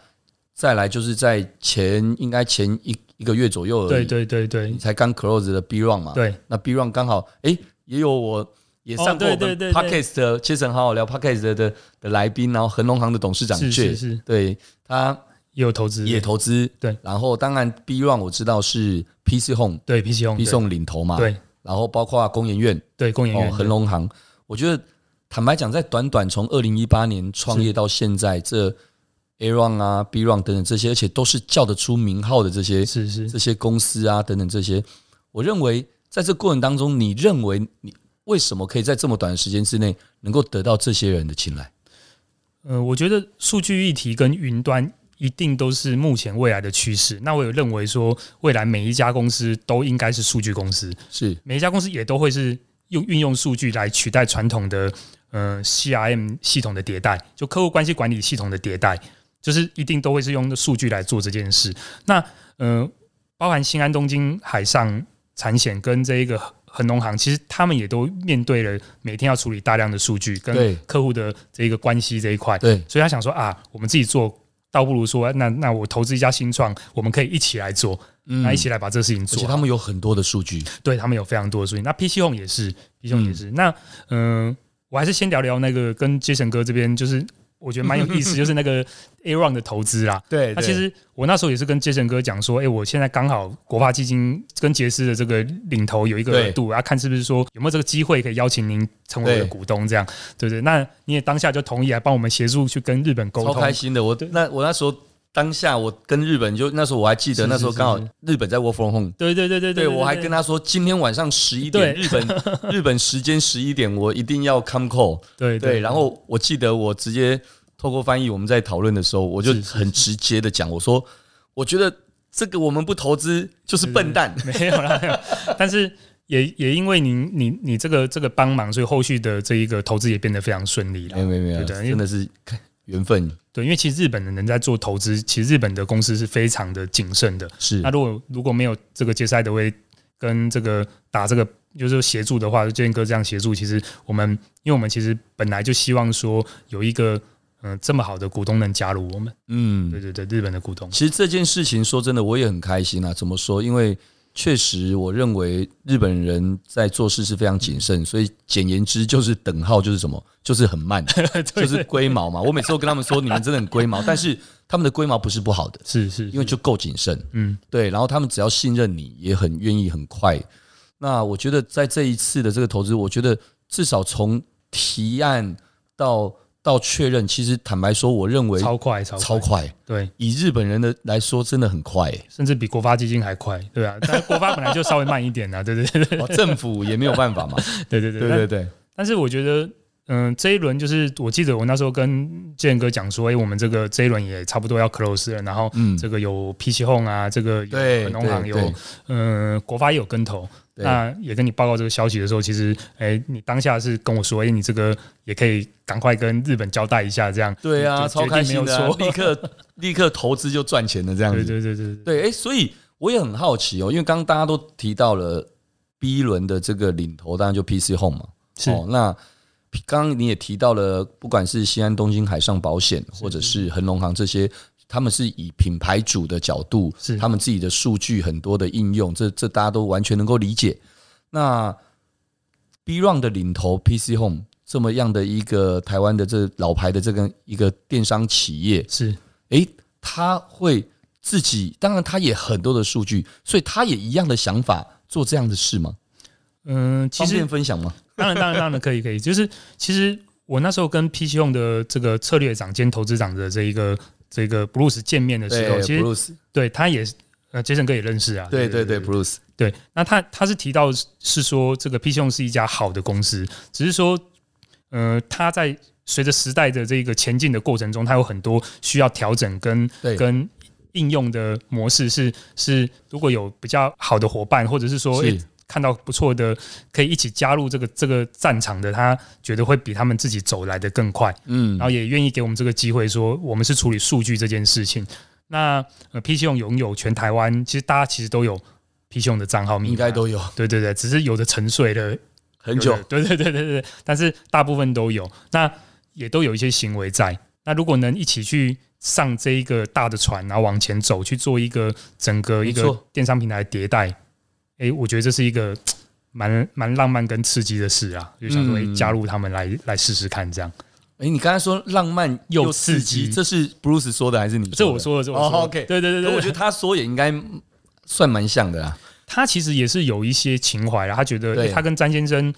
[SPEAKER 2] 再来就是在前应该前一一嗯啊个月左右而已，
[SPEAKER 3] 对对对对
[SPEAKER 2] 你才刚 close 的 B round 嘛，，
[SPEAKER 3] 对，
[SPEAKER 2] 那 B round 刚好，哎，也有我。也上过我
[SPEAKER 3] 哦对
[SPEAKER 2] 们
[SPEAKER 3] 对对对
[SPEAKER 2] podcast 的切成好好聊 podcast 的的的来宾，然后恒隆行的董事长
[SPEAKER 3] 是
[SPEAKER 2] 确
[SPEAKER 3] 是是，
[SPEAKER 2] 对他
[SPEAKER 3] 也有投资，
[SPEAKER 2] 也投资，
[SPEAKER 3] 对，
[SPEAKER 2] 然后当然 B round 我知道是 PC Home
[SPEAKER 3] 对 PC Home，
[SPEAKER 2] PC
[SPEAKER 3] 对
[SPEAKER 2] Home 领头嘛，，
[SPEAKER 3] 对
[SPEAKER 2] 然后包括工研院，
[SPEAKER 3] 对工研
[SPEAKER 2] 啊哦，
[SPEAKER 3] 院
[SPEAKER 2] 恒隆行，我觉得坦白讲，在短短从二零一八年创业到现在，这 A round 啊、B round 等等这些，而且都是叫得出名号的这些
[SPEAKER 3] 是是
[SPEAKER 2] 这些公司啊等等这些，我认为在这过程当中，你认为你为什么可以在这么短的时间之内能够得到这些人的青睐？
[SPEAKER 3] 呃，我觉得数据议题跟云端一定都是目前未来的趋势。那我有认为说，未来每一家公司都应该是数据公司，
[SPEAKER 2] 是
[SPEAKER 3] 每一家公司也都会是用运用数据来取代传统的呃 CRM 系统的迭代，就客户关系管理系统的迭代，就是一定都会是用数据来做这件事。那呃，包含新安东京海上产险跟这一个恒隆行，其实他们也都面对了每天要处理大量的数据
[SPEAKER 2] 对
[SPEAKER 3] 跟客户的这一个关系这一块，
[SPEAKER 2] 对，
[SPEAKER 3] 所以他想说啊，我们自己做。倒不如说，那那我投资一家新创，我们可以一起来做，
[SPEAKER 2] 嗯
[SPEAKER 3] 那一起来把这事情
[SPEAKER 2] 而
[SPEAKER 3] 做
[SPEAKER 2] 且
[SPEAKER 3] 好。
[SPEAKER 2] 他们有很多的数据，
[SPEAKER 3] 对他们有非常多的数据。那 PC Home 也是，PC Home 也是。那嗯、呃我还是先聊聊那个跟杰森哥这边，就是我觉得蛮有 意思，就是那个 A Round 的投资啦。
[SPEAKER 2] 对
[SPEAKER 3] 那其实我那时候也是跟杰森哥讲说，哎、我现在刚好国发基金跟杰斯的这个领头有一个
[SPEAKER 2] 对
[SPEAKER 3] 额度，啊，看是不是说有没有这个机会可以邀请您成为我的
[SPEAKER 2] 对
[SPEAKER 3] 股东，这样对不对？那你也当下就同意来帮我们协助去跟日本沟
[SPEAKER 2] 超
[SPEAKER 3] 通
[SPEAKER 2] 开，心的。我那我那时候当下我跟日本就那时候我还记得
[SPEAKER 3] 是
[SPEAKER 2] 那时候
[SPEAKER 3] 是
[SPEAKER 2] 刚好
[SPEAKER 3] 是
[SPEAKER 2] 日本在 work from home。
[SPEAKER 3] 对对对对
[SPEAKER 2] 对，我还跟他说，今天晚上十一点，
[SPEAKER 3] 对
[SPEAKER 2] 日 本日本时间十一点，我一定要 come call。
[SPEAKER 3] 对
[SPEAKER 2] 对，然后我记得我直接透过翻译，我们在讨论的时候，我就是
[SPEAKER 3] 是
[SPEAKER 2] 很直接的讲，我说，我觉得这个我们不投资就是笨蛋。
[SPEAKER 3] 没有啦，没有但是也也因为您你你这个这个帮忙，所以后续的这一个投资也变得非常顺利
[SPEAKER 2] 没有
[SPEAKER 3] 了。
[SPEAKER 2] 没有没有，
[SPEAKER 3] 对对因为
[SPEAKER 2] 真的是看缘分
[SPEAKER 3] 对，因为其实日本的人在做投资，其实日本的公司是非常的谨慎的。
[SPEAKER 2] 是
[SPEAKER 3] 那如果如果没有这个杰赛德威跟这个打这个就是协助的话，建哥这样协助，其实我们因为我们其实本来就希望说有一个嗯、呃这么好的股东能加入我们，
[SPEAKER 2] 嗯，
[SPEAKER 3] 对对对，日本的股东，
[SPEAKER 2] 其实这件事情说真的，我也很开心啊。怎么说？因为确实，我认为日本人在做事是非常谨慎，所以简言之就是等号就是什么，就是很 慢，就是龟毛嘛。我每次都跟他们说，你们真的很龟毛，但是他们的龟毛不是不好的，
[SPEAKER 3] 是是，
[SPEAKER 2] 因为就够谨慎。
[SPEAKER 3] 嗯
[SPEAKER 2] 对，然后他们只要信任你，也很愿意很快。那我觉得在这一次的这个投资，我觉得至少从提案到到确认，其实坦白说，我认为
[SPEAKER 3] 超快超
[SPEAKER 2] 超快，
[SPEAKER 3] 对，
[SPEAKER 2] 以日本人的来说，真的很快、欸
[SPEAKER 3] 甚至比国发基金还快，对啊，但是国发本来就稍微慢一点啊，对对对
[SPEAKER 2] 哦政府也没有办 法嘛。
[SPEAKER 3] 对对对
[SPEAKER 2] 对
[SPEAKER 3] 但
[SPEAKER 2] 对对，
[SPEAKER 3] 但是我觉得，嗯、这一轮就是我记得我那时候跟建哥讲说，哎、我们这个这一轮也差不多要 close 了，然后
[SPEAKER 2] 嗯，
[SPEAKER 3] 这个有 PC Home 啊，这个有
[SPEAKER 2] 对
[SPEAKER 3] 恒农行
[SPEAKER 2] 对
[SPEAKER 3] 有
[SPEAKER 2] 对，
[SPEAKER 3] 嗯、国发也有跟投。
[SPEAKER 2] 对
[SPEAKER 3] 那也跟你报告这个消息的时候，其实，哎、你当下是跟我说，哎、你这个也可以赶快跟日本交代一下，这样。
[SPEAKER 2] 对啊，
[SPEAKER 3] 就
[SPEAKER 2] 超开心的啊、
[SPEAKER 3] 决定没
[SPEAKER 2] 立
[SPEAKER 3] 有
[SPEAKER 2] 刻立刻投资就赚钱了这样
[SPEAKER 3] 对
[SPEAKER 2] 子。
[SPEAKER 3] 对对对对，
[SPEAKER 2] 对，哎、所以我也很好奇哦，因为刚刚大家都提到了 B 轮的这个领头，当然就 PC Home 嘛。
[SPEAKER 3] 是
[SPEAKER 2] 哦，那刚刚你也提到了，不管是西安、东京海上保险，或者是恒隆行这些，他们是以品牌主的角度，
[SPEAKER 3] 是
[SPEAKER 2] 他们自己的数据很多的应用，这这大家都完全能够理解。那 B Run 的领头 PC Home 这么样的一个台湾的这老牌的这个一个电商企业，
[SPEAKER 3] 是
[SPEAKER 2] 诶，他会自己，当然他也很多的数据，所以他也一样的想法做这样的事吗？
[SPEAKER 3] 嗯、其
[SPEAKER 2] 方
[SPEAKER 3] 实
[SPEAKER 2] 便分享吗？
[SPEAKER 3] 当然，当然，当然可以，可以。就是其实我那时候跟 PC 用的这个策略长兼投资长的这一个这个 Bruce 见面的时候，其实
[SPEAKER 2] ，Bruce，
[SPEAKER 3] 对他也是呃，杰森哥也认识啊。
[SPEAKER 2] 对对对，Bruce，
[SPEAKER 3] 对，那他他是提到是说这个 PC 用是一家好的公司，只是说呃，他在随着时代的这个前进的过程中，它有很多需要调整跟
[SPEAKER 2] 对
[SPEAKER 3] 跟。应用的模式是是，如果有比较好的伙伴，或者是说，诶
[SPEAKER 2] 是
[SPEAKER 3] 看到不错的，可以一起加入这个这个战场的，他觉得会比他们自己走来的更快，
[SPEAKER 2] 嗯
[SPEAKER 3] 然，后也愿意给我们这个机会，说我们是处理数据这件事情。那呃，PC 用拥有全台湾，其实大家其实都有 PC 用的账号密码，
[SPEAKER 2] 应该都有
[SPEAKER 3] 对对对，只是有的沉睡了
[SPEAKER 2] 很久
[SPEAKER 3] 有的，对对对对对，对但是大部分都有，那也都有一些行为在。那如果能一起去上这一个大的船，然后往前走，去做一个整个一
[SPEAKER 2] 没
[SPEAKER 3] 个
[SPEAKER 2] 错
[SPEAKER 3] 电商平台的迭代，诶，我觉得这是一个蛮蛮浪漫跟刺激的事啊，就想说、
[SPEAKER 2] 嗯
[SPEAKER 3] 诶加入他们来来试试看这样。
[SPEAKER 2] 诶，你刚才说浪漫
[SPEAKER 3] 又
[SPEAKER 2] 又刺
[SPEAKER 3] 刺
[SPEAKER 2] 激，
[SPEAKER 3] 激
[SPEAKER 2] 这是 Bruce 说的还是你？
[SPEAKER 3] 这我，说的，这我说的。
[SPEAKER 2] 哦，OK
[SPEAKER 3] 对对对
[SPEAKER 2] 可
[SPEAKER 3] 对，
[SPEAKER 2] 我觉得他说也应该算蛮像的啊啦。
[SPEAKER 3] 他其实也是有一些情怀啦，他觉得、
[SPEAKER 2] 对啊
[SPEAKER 3] 诶他跟詹先生，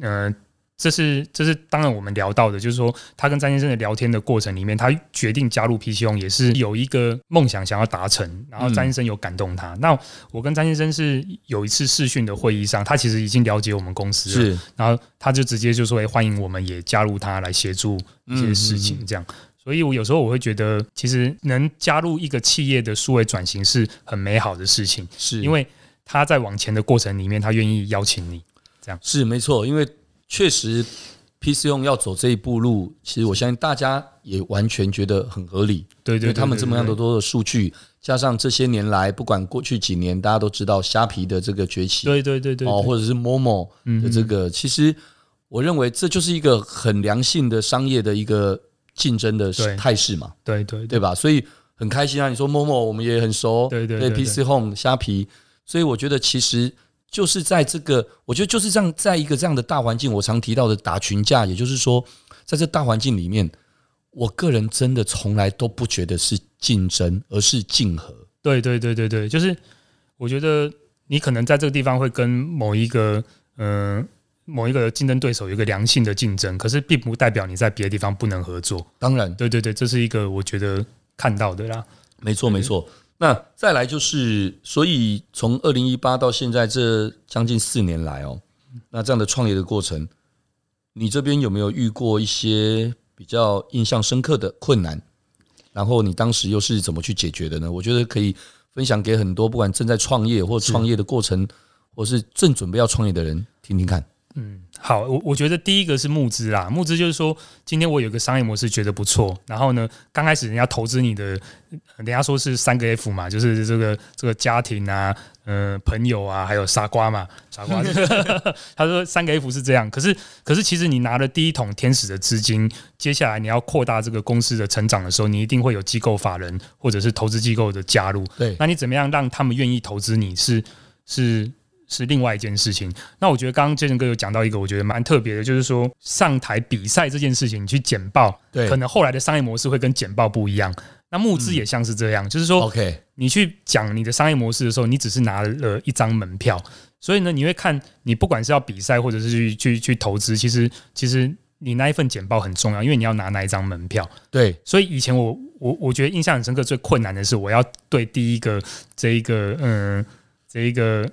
[SPEAKER 3] 呃，这是这是当然我们聊到的，就是说他跟詹先生的聊天的过程里面，他决定加入 PC 用也是有一个梦想想要达成，然后
[SPEAKER 2] 嗯
[SPEAKER 3] 詹先生有感动他。那我跟詹先生是有一次视讯的会议上，他其实已经了解我们公司了，
[SPEAKER 2] 是，
[SPEAKER 3] 然后他就直接就说、诶欢迎我们也加入他来协助
[SPEAKER 2] 嗯
[SPEAKER 3] 一些事情这样。所以，我有时候我会觉得，其实能加入一个企业的数位转型是很美好的事情。
[SPEAKER 2] 是
[SPEAKER 3] 因为他在往前的过程里面，他愿意邀请你。
[SPEAKER 2] 是没错，因为确实 PC 用要走这一步路，其实我相信大家也完全觉得很合理。
[SPEAKER 3] 对
[SPEAKER 2] 因为他们这么样的
[SPEAKER 3] 对
[SPEAKER 2] 多的数据，加上这些年来，不管过去几年，大家都知道虾皮的这个崛起，
[SPEAKER 3] 对对对对嗯
[SPEAKER 2] 哦，
[SPEAKER 3] 对
[SPEAKER 2] 或者是 Momo 的这个，其实我认为这就是一个很良性的商业的一个竞争的
[SPEAKER 3] 对
[SPEAKER 2] 态势嘛，
[SPEAKER 3] 对对对
[SPEAKER 2] 对吧？所以很开心啊！你说 Momo 我们也很熟，
[SPEAKER 3] 对对对对
[SPEAKER 2] PC Home 虾皮，所以我觉得其实。就是在这个，我觉得就是这样，在一个这样的大环境，我常提到的打群架，也就是说，在这大环境里面，我个人真的从来都不觉得是竞争，而是竞合。
[SPEAKER 3] 对对对对对，就是我觉得你可能在这个地方会跟某一个嗯、呃某一个竞争对手有一个良性的竞争，可是并不代表你在别的地方不能合作。
[SPEAKER 2] 当然，
[SPEAKER 3] 对对对，这是一个我觉得看到的啦。
[SPEAKER 2] 没错，没错。那再来就是，所以从二零一八到现在这将近四年来哦，
[SPEAKER 3] 嗯
[SPEAKER 2] 那这样的创业的过程，你这边有没有遇过一些比较印象深刻的困难？然后你当时又是怎么去解决的呢？我觉得可以分享给很多不管正在创业或创业的过程，或是正准备要创业的人听听看。
[SPEAKER 3] 嗯，好，我我觉得第一个是募资啦，募资就是说，今天我有个商业模式觉得不错，然后呢，刚开始人家投资你的，人家说是三个 F 嘛，就是这个这个家庭啊，呃，朋友啊，还有傻瓜嘛，傻瓜， 他说三个 F 是这样，可是可是其实你拿了第一桶天使的资金，接下来你要扩大这个公司的成长的时候，你一定会有机构法人或者是投资机构的加入，
[SPEAKER 2] 对
[SPEAKER 3] 那你怎么样让他们愿意投资你是是是另外一件事情。那我觉得刚刚杰森哥有讲到一个我觉得蛮特别的，就是说上台比赛这件事情，你去简报，
[SPEAKER 2] 对
[SPEAKER 3] 可能后来的商业模式会跟简报不一样。那募资也像是这样，就是说
[SPEAKER 2] ，OK，
[SPEAKER 3] 你去讲你的商业模式的时候，你只是拿了一张门票，所以呢，你会看你不管是要比赛或者是去去去投资，其实其实你那一份简报很重要，因为你要拿那一张门票。
[SPEAKER 2] 对，
[SPEAKER 3] 所以以前我我我觉得印象很深刻，最困难的是我要对第一个这一个嗯这一个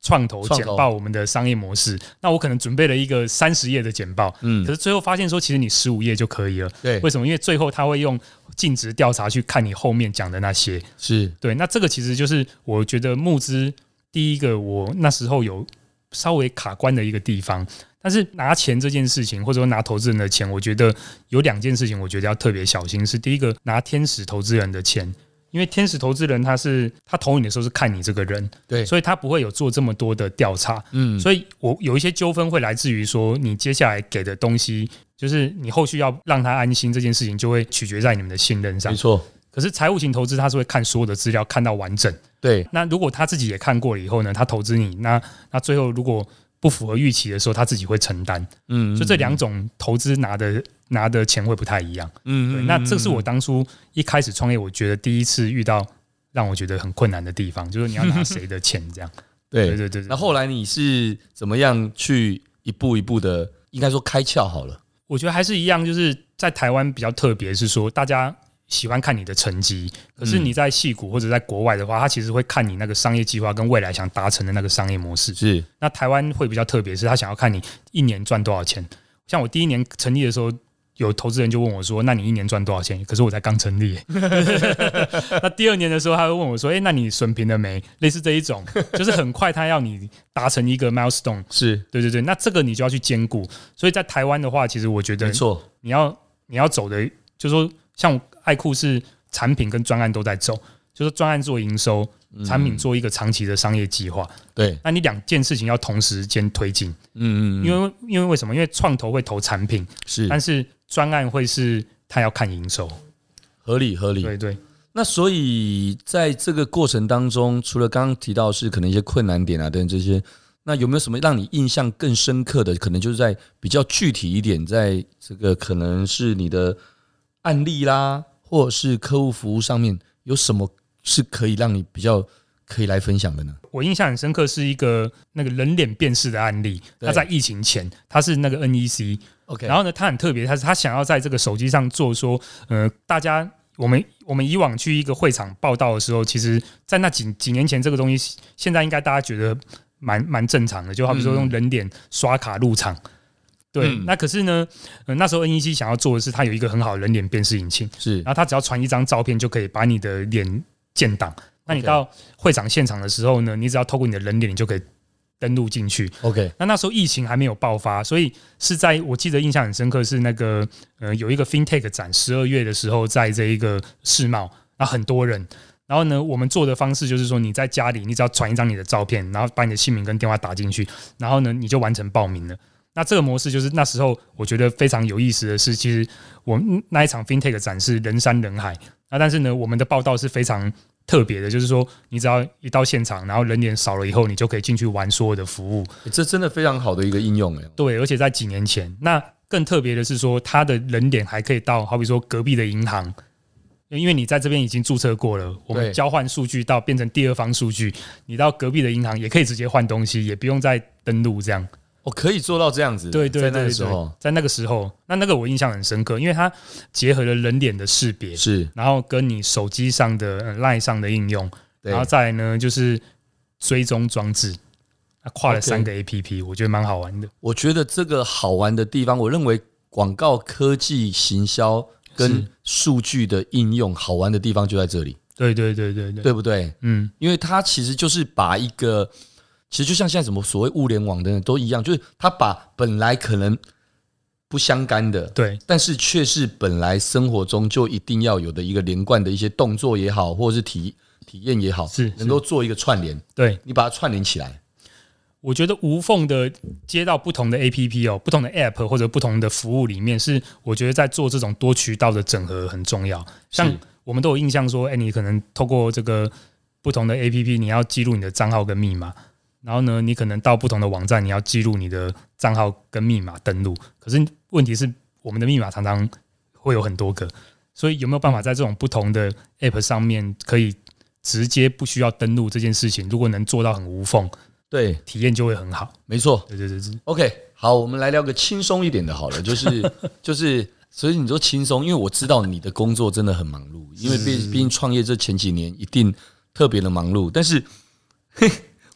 [SPEAKER 3] 创投
[SPEAKER 2] 创
[SPEAKER 3] 简
[SPEAKER 2] 投
[SPEAKER 3] 报我们的商业模式，那我可能准备了一个三十页的简报，
[SPEAKER 2] 嗯
[SPEAKER 3] 可，是最后发现说其实你十五页就可以了，
[SPEAKER 2] 对
[SPEAKER 3] 为，什么？因为最后他会用尽职调查去看你后面讲的那些，
[SPEAKER 2] 是，
[SPEAKER 3] 对，那这个其实就是我觉得募资第一个我那时候有稍微卡关的一个地方。但是拿钱这件事情，或者说拿投资人的钱，我觉得有两件事情，我觉得要特别小心。是第一个，拿天使投资人的钱，因为天使投资人他是他投你的时候是看你这个人，
[SPEAKER 2] 对，
[SPEAKER 3] 所以他不会有做这么多的调查。
[SPEAKER 2] 嗯，
[SPEAKER 3] 所以我有一些纠纷会来自于说，你接下来给的东西，就是你后续要让他安心这件事情，就会取决在你们的信任上
[SPEAKER 2] 没。错，
[SPEAKER 3] 可是财务型投资，他是会看所有的资料，看到完整。
[SPEAKER 2] 对，
[SPEAKER 3] 那如果他自己也看过了以后呢，他投资你，那那最后如果不符合预期的时候，他自己会承担。
[SPEAKER 2] 嗯，
[SPEAKER 3] 所以这两种投资拿的拿的钱会不太一样。
[SPEAKER 2] 嗯，
[SPEAKER 3] 对，
[SPEAKER 2] 嗯
[SPEAKER 3] 那这是我
[SPEAKER 2] 嗯
[SPEAKER 3] 当初一开始创业，我觉得第一次遇到让我觉得很困难的地方，就是你要拿谁的钱这样。对
[SPEAKER 2] 对
[SPEAKER 3] 对对对。
[SPEAKER 2] 那后来你是怎么样去一步一步的，应该说开窍好了，
[SPEAKER 3] 我觉得还是一样，就是在台湾比较特别是说，大家喜欢看你的成绩，可是
[SPEAKER 2] 嗯
[SPEAKER 3] 你在戏谷或者在国外的话，他其实会看你那个商业计划跟未来想达成的那个商业模式。
[SPEAKER 2] 是
[SPEAKER 3] 那台湾会比较特别，是他想要看你一年赚多少钱。像我第一年成立的时候，有投资人就问我说：“那你一年赚多少钱？”可是我才刚成立 耶。那第二年的时候，他会问我说：“哎诶，那你损平了没？”类似这一种，就是很快他要你达成一个 milestone。
[SPEAKER 2] 是，
[SPEAKER 3] 对对对，那这个你就要去兼顾。所以在台湾的话，其实我觉得
[SPEAKER 2] 没错，
[SPEAKER 3] 你要你要走的，就是说像爱酷是产品跟专案都在走，就是专案做营收，
[SPEAKER 2] 嗯
[SPEAKER 3] 产品做一个长期的商业计划。
[SPEAKER 2] 对，
[SPEAKER 3] 那你两件事情要同时间推进，
[SPEAKER 2] 嗯嗯，嗯
[SPEAKER 3] 因为因为为什么？因为创投会投产品，
[SPEAKER 2] 是
[SPEAKER 3] 但是专案会是他要看营收。
[SPEAKER 2] 合理合理。
[SPEAKER 3] 对对，
[SPEAKER 2] 那所以在这个过程当中，除了刚刚提到是可能一些困难点啊等等这些，那有没有什么让你印象更深刻的？可能就是在比较具体一点，在这个可能是你的案例啦，或者是客户服务上面，有什么是可以让你比较可以来分享的呢？
[SPEAKER 3] 我印象很深刻是一个那个人脸辨识的案例，
[SPEAKER 2] 对
[SPEAKER 3] 他在疫情前他是那个 E NEC，
[SPEAKER 2] OK，
[SPEAKER 3] 然
[SPEAKER 2] 后
[SPEAKER 3] 后呢，他很特别，他是他想要在这个手机上做说，呃，大家我们我们以往去一个会场报道的时候，其实，在那几几年前这个东西，现在应该大家觉得蛮蛮正常的，就好比说用人脸刷卡入场。对，
[SPEAKER 2] 嗯
[SPEAKER 3] 那可是呢、呃，那时候 NEC 想要做的是，它有一个很好的人脸辨识引擎，
[SPEAKER 2] 是
[SPEAKER 3] 然后它只要传一张照片就可以把你的脸建档。那你
[SPEAKER 2] OK
[SPEAKER 3] 到会场现场的时候呢，你只要透过你的人脸，你就可以登录进去。
[SPEAKER 2] OK，
[SPEAKER 3] 那那时候疫情还没有爆发，所以是在我记得印象很深刻是那个呃有一个 FinTech 展，十二月的时候在这一个世贸，那很多人。然后呢，我们做的方式就是说，你在家里，你只要传一张你的照片，然后把你的姓名跟电话打进去，然后呢，你就完成报名了。那这个模式就是那时候我觉得非常有意思的是，其实我们那一场 FinTech 展是人山人海，那但是呢，我们的报道是非常特别的，就是说你只要一到现场，然后人脸少了以后，你就可以进去玩所有的服务。
[SPEAKER 2] 诶这真的非常好的一个应用哎、
[SPEAKER 3] 对，而且在几年前，那更特别的是说，他的人脸还可以到，好比说隔壁的银行，因为你在这边已经注册过了，我
[SPEAKER 2] 对
[SPEAKER 3] 们交换数据到变成第二方数据，你到隔壁的银行也可以直接换东西，也不用再登录这样。
[SPEAKER 2] 我、哦可以做到这样子，
[SPEAKER 3] 对对对
[SPEAKER 2] 在那
[SPEAKER 3] 对
[SPEAKER 2] 个时候
[SPEAKER 3] 在那个时候，那那个我印象很深刻，因为它结合了人脸的识别，
[SPEAKER 2] 是
[SPEAKER 3] 然后跟你手机上的、呃、Line 上的应用，
[SPEAKER 2] 对
[SPEAKER 3] 然后再来呢就是追踪装置，它跨了
[SPEAKER 2] OK
[SPEAKER 3] 三个 APP，我觉得蛮好玩的。
[SPEAKER 2] 我觉得这个好玩的地方，我认为广告科技行销跟
[SPEAKER 3] 是
[SPEAKER 2] 数据的应用好玩的地方就在这里，
[SPEAKER 3] 对对对对对，
[SPEAKER 2] 对不对？
[SPEAKER 3] 嗯。
[SPEAKER 2] 因为它其实就是把一个其实就像现在什么所谓物联网等等都一样，就是他把本来可能不相干的，
[SPEAKER 3] 对
[SPEAKER 2] 但是却是本来生活中就一定要有的一个连贯的一些动作也好，或者是体体验也好，
[SPEAKER 3] 是是
[SPEAKER 2] 能够做一个串联，
[SPEAKER 3] 对，
[SPEAKER 2] 你把它串联起来。
[SPEAKER 3] 我觉得无缝的接到不同的 APP 哦，不同的 App 或者不同的服务里面，是我觉得在做这种多渠道的整合很重要。像我们都有印象说，哎，你可能透过这个不同的 APP，你要记录你的账号跟密码，然后呢，你可能到不同的网站，你要记录你的账号跟密码登录。可是问题是，我们的密码常常会有很多个，所以有没有办法在这种不同的 App 上面可以直接不需要登录这件事情？如果能做到很无缝，
[SPEAKER 2] 对，
[SPEAKER 3] 体验就会很好。
[SPEAKER 2] 没错。
[SPEAKER 3] 对对对对，
[SPEAKER 2] OK，好，我们来聊个轻松一点的，好了，就是 就是，所以你说轻松，因为我知道你的工作真的很忙碌，因为毕毕竟创业这前几年一定特别的忙碌，但是 嘿，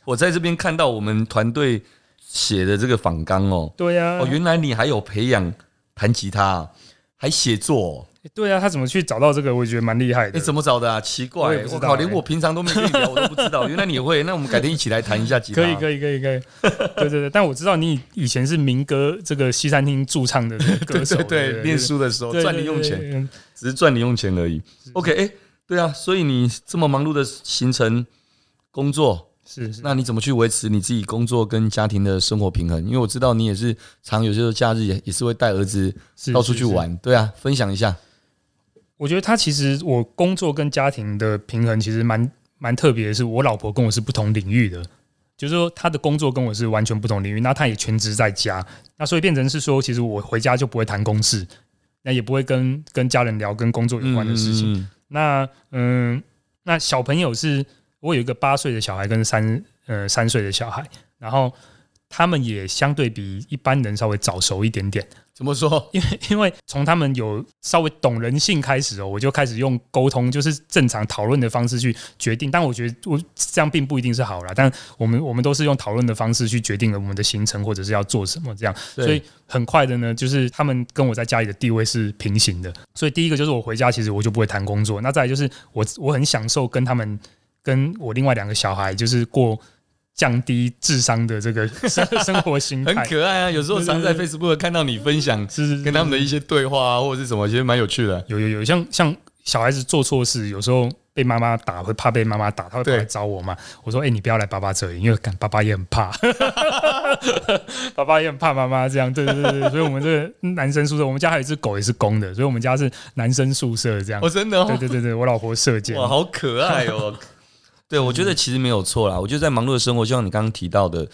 [SPEAKER 2] 我在这边看到我们团队写的这个访纲哦，
[SPEAKER 3] 对呀、啊
[SPEAKER 2] 哦，原来你还有培养弹吉他啊，还写作、哦，
[SPEAKER 3] 对呀、啊，他怎么去找到这个？我也觉得蛮厉害的。
[SPEAKER 2] 你怎么找的啊？奇
[SPEAKER 3] 我
[SPEAKER 2] 怪、
[SPEAKER 3] 也不知
[SPEAKER 2] 我
[SPEAKER 3] 道
[SPEAKER 2] 靠，连
[SPEAKER 3] 欸
[SPEAKER 2] 我平常都没跟你聊，我都不知道，原来你也会。那我们改天一起来弹一下吉他。啊
[SPEAKER 3] 可以可以可以可以， 对对对，但我知道你以前是民歌这个西餐厅驻唱 的这个歌手，
[SPEAKER 2] 对对，念书的时候
[SPEAKER 3] 对
[SPEAKER 2] 赚零用。
[SPEAKER 3] 对
[SPEAKER 2] 钱，
[SPEAKER 3] 对对
[SPEAKER 2] 只是赚零用钱而已。OK，哎、对啊，所以你这么忙碌的行程工作，
[SPEAKER 3] 是是，
[SPEAKER 2] 那你怎么去维持你自己工作跟家庭的生活平衡？因为我知道你也是常有些时候假日也也是会带儿子
[SPEAKER 3] 是
[SPEAKER 2] 到处去。
[SPEAKER 3] 是是
[SPEAKER 2] 玩，对啊，分享一下。
[SPEAKER 3] 我觉得他其实我工作跟家庭的平衡其实蛮蛮特别，的是我老婆跟我是不同领域的，就是说她的工作跟我是完全不同领域，那她也全职在家，那所以变成是说，其实我回家就不会谈公事，那也不会跟跟家人聊跟工作有关的事情。
[SPEAKER 2] 嗯
[SPEAKER 3] 那嗯，那小朋友是我有一个八岁的小孩跟三呃三岁的小孩，然后他们也相对比一般人稍微早熟一点点，
[SPEAKER 2] 怎么说？
[SPEAKER 3] 因为因为从他们有稍微懂人性开始哦，我就开始用沟通，就是正常讨论的方式去决定。但我觉得我这样并不一定是好啦，但我们我们都是用讨论的方式去决定了我们的行程或者是要做什么这样。
[SPEAKER 2] 对
[SPEAKER 3] 所以很快的呢，就是他们跟我在家里的地位是平行的。所以第一个就是我回家，其实我就不会谈工作。那再来就是我我很享受跟他们跟我另外两个小孩，就是过降低智商的这个生 生活心
[SPEAKER 2] 很
[SPEAKER 3] 态。
[SPEAKER 2] 可爱啊！有时候常在
[SPEAKER 3] 对
[SPEAKER 2] Facebook 看到你分享
[SPEAKER 3] 是是是
[SPEAKER 2] 跟他们的一些对话啊，或者是什么，其实蛮有趣的。
[SPEAKER 3] 有有有，像像小孩子做错事，有时候被妈妈打，会怕被妈妈打，他会跑
[SPEAKER 2] 对
[SPEAKER 3] 来找我嘛。我说：“哎、你不要来爸爸这里，因为干爸爸也很怕， 爸爸也很怕妈妈这样。”对对对对，所以我们这个男生宿舍，我们家还有一只狗也是公的，所以我们家是男生宿舍这样
[SPEAKER 2] 哦，。真的
[SPEAKER 3] 对
[SPEAKER 2] 哦，
[SPEAKER 3] 对对对，我老婆射箭，
[SPEAKER 2] 哇，好可爱 哦！对，我觉
[SPEAKER 3] 嗯
[SPEAKER 2] 得其实没有错啦。我觉得在忙碌的生活，就像你刚刚提到的，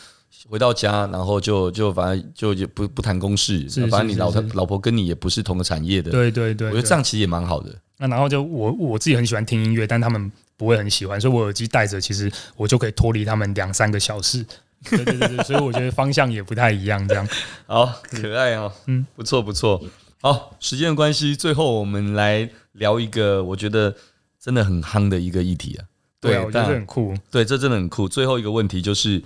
[SPEAKER 2] 回到家，然后就就反正就就不不谈公事
[SPEAKER 3] 是，
[SPEAKER 2] 反正你
[SPEAKER 3] 是
[SPEAKER 2] 老
[SPEAKER 3] 是
[SPEAKER 2] 老婆跟你也不是同个产业的，
[SPEAKER 3] 对对对，
[SPEAKER 2] 我
[SPEAKER 3] 我
[SPEAKER 2] 觉得这样其实也蛮好的。
[SPEAKER 3] 那然后就我我自己很喜欢听音乐，但他们不会很喜欢，所以我耳机戴着，其实我就可以脱离他们两三个小时。对对对对，所以我觉得方向也不太一样，这样。
[SPEAKER 2] 好可爱哦，嗯
[SPEAKER 3] 嗯，
[SPEAKER 2] 不错不错。好，时间的关系，最后我们来聊一个我觉得真的很夯的一个议题啊。
[SPEAKER 3] 对啊，我觉得
[SPEAKER 2] 但
[SPEAKER 3] 这很酷。
[SPEAKER 2] 对，这真的很酷。最后一个问题就是，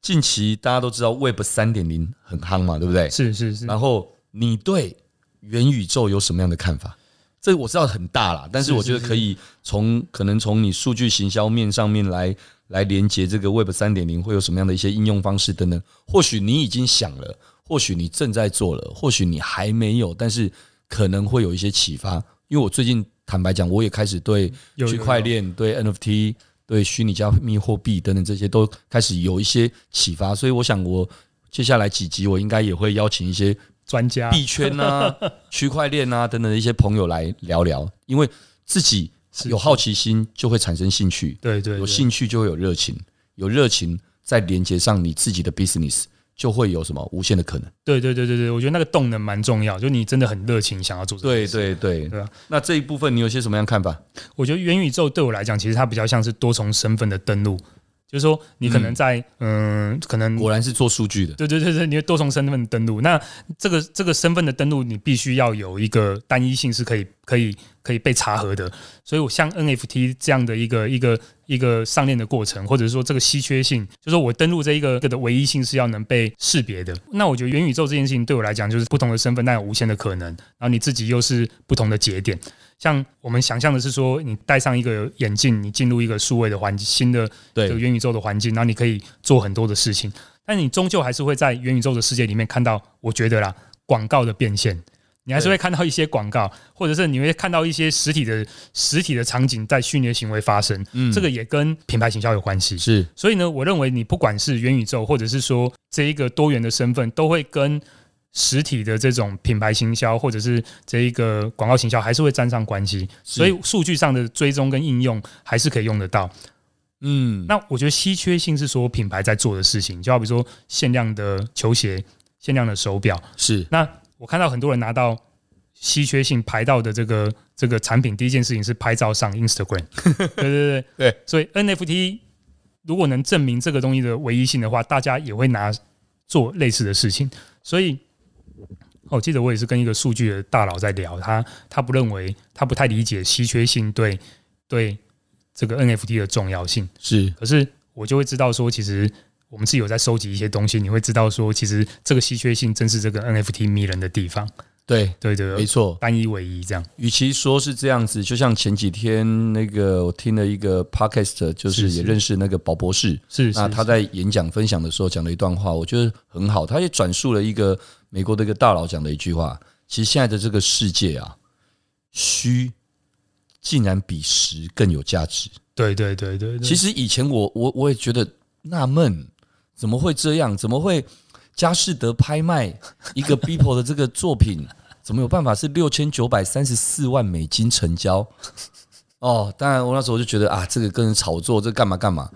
[SPEAKER 2] 近期大家都知道 Web 三点零很夯嘛，对不对？
[SPEAKER 3] 是是是，
[SPEAKER 2] 然后你对元宇宙有什么样的看法？这我知道很大啦，但是
[SPEAKER 3] 是
[SPEAKER 2] 我觉得
[SPEAKER 3] 是
[SPEAKER 2] 可以从可能从你数据行销面上面来来连接这个 Web 三点零会有什么样的一些应用方式等等。或许你已经想了，或许你正在做了，或许你还没有，但是可能会有一些启发。因为我最近坦白讲，我也开始对
[SPEAKER 3] 有有
[SPEAKER 2] 区块
[SPEAKER 3] 有
[SPEAKER 2] 链、对 NFT、对虚拟加密货币等等这些都开始有一些启发，所以我想我接下来几集我应该也会邀请一些
[SPEAKER 3] 专家
[SPEAKER 2] 币圈啊、 区块链啊等等的一些朋友来聊聊，因为自己有好奇心就会产生兴趣，
[SPEAKER 3] 对对，
[SPEAKER 2] 有
[SPEAKER 3] 对
[SPEAKER 2] 兴趣就会有热情，有热情再连接上你自己的 business，就会有什么无限的可能。
[SPEAKER 3] 对对对对对，我觉得那个动能蛮重要，就你真的很热情想要做这
[SPEAKER 2] 对
[SPEAKER 3] 件事。
[SPEAKER 2] 对对，
[SPEAKER 3] 对啊
[SPEAKER 2] 那这一部分你有些什么样看法？
[SPEAKER 3] 我觉得元宇宙对我来讲，其实它比较像是多重身份的登录，就是说你可能在嗯、可能
[SPEAKER 2] 果然是做数据的，
[SPEAKER 3] 对对对对，你的多重身份登录，那这个这个身份的登录，你必须要有一个单一性，是可以可以可以被查核的。所以，我像 NFT 这样的一个一个一个上链的过程，或者说这个稀缺性，就是我登录这一个这个的唯一性是要能被识别的。那我觉得元宇宙这件事情对我来讲，就是不同的身份，但有无限的可能。然后你自己又是不同的节点。像我们想象的是说，你戴上一个眼镜，你进入一个数位的环境，新的这个
[SPEAKER 2] 对
[SPEAKER 3] 元宇宙的环境，然后你可以做很多的事情，但你终究还是会在元宇宙的世界里面看到，我觉得啦，广告的变现，你还是
[SPEAKER 2] 对
[SPEAKER 3] 会看到一些广告，或者是你会看到一些实体的实体的场景在虚拟的行为发生，
[SPEAKER 2] 嗯
[SPEAKER 3] 这个也跟品牌行销有关系。
[SPEAKER 2] 是
[SPEAKER 3] 所以呢，我认为你不管是元宇宙，或者是说这一个多元的身份，都会跟实体的这种品牌行销，或者是这一个广告行销，还是会沾上关系。
[SPEAKER 2] 是
[SPEAKER 3] 所以数据上的追踪跟应用还是可以用得到。
[SPEAKER 2] 嗯，
[SPEAKER 3] 那我觉得稀缺性是所有品牌在做的事情，就好比说限量的球鞋、限量的手表。
[SPEAKER 2] 是
[SPEAKER 3] 那我看到很多人拿到稀缺性排到的这个这个产品，第一件事情是拍照上 Instagram。对对对
[SPEAKER 2] 对，
[SPEAKER 3] 所以 NFT 如果能证明这个东西的唯一性的话，大家也会拿做类似的事情。所以，哦我记得我也是跟一个数据的大佬在聊，他他不认为他不太理解稀缺性对对这个 NFT 的重要性。
[SPEAKER 2] 是
[SPEAKER 3] 可是我就会知道说，其实我们自己有在收集一些东西，你会知道说，其实这个稀缺性正是这个 NFT 迷人的地方。
[SPEAKER 2] 对，
[SPEAKER 3] 对对
[SPEAKER 2] 没
[SPEAKER 3] 对，
[SPEAKER 2] 错。
[SPEAKER 3] 单一唯一这样。
[SPEAKER 2] 与其说是这样子，就像前几天那个我听了一个 podcast，就是
[SPEAKER 3] 是是
[SPEAKER 2] 也认识那个宝博士，
[SPEAKER 3] 是
[SPEAKER 2] 那他在演讲分享的时候讲了一段话，我觉得很好，他也转述了一个美国的一个大佬讲的一句话：，其实现在的这个世界啊，虚竟然比实更有价值。
[SPEAKER 3] 对对对对对，
[SPEAKER 2] 其实以前我我我也觉得纳闷，怎么会这样？怎么会佳士得拍卖一个 Beeple 的这个作品，怎么有办法是六千九百三十四万美金成交？哦，当然我那时候就觉得啊，这个跟人炒作，这干嘛干嘛？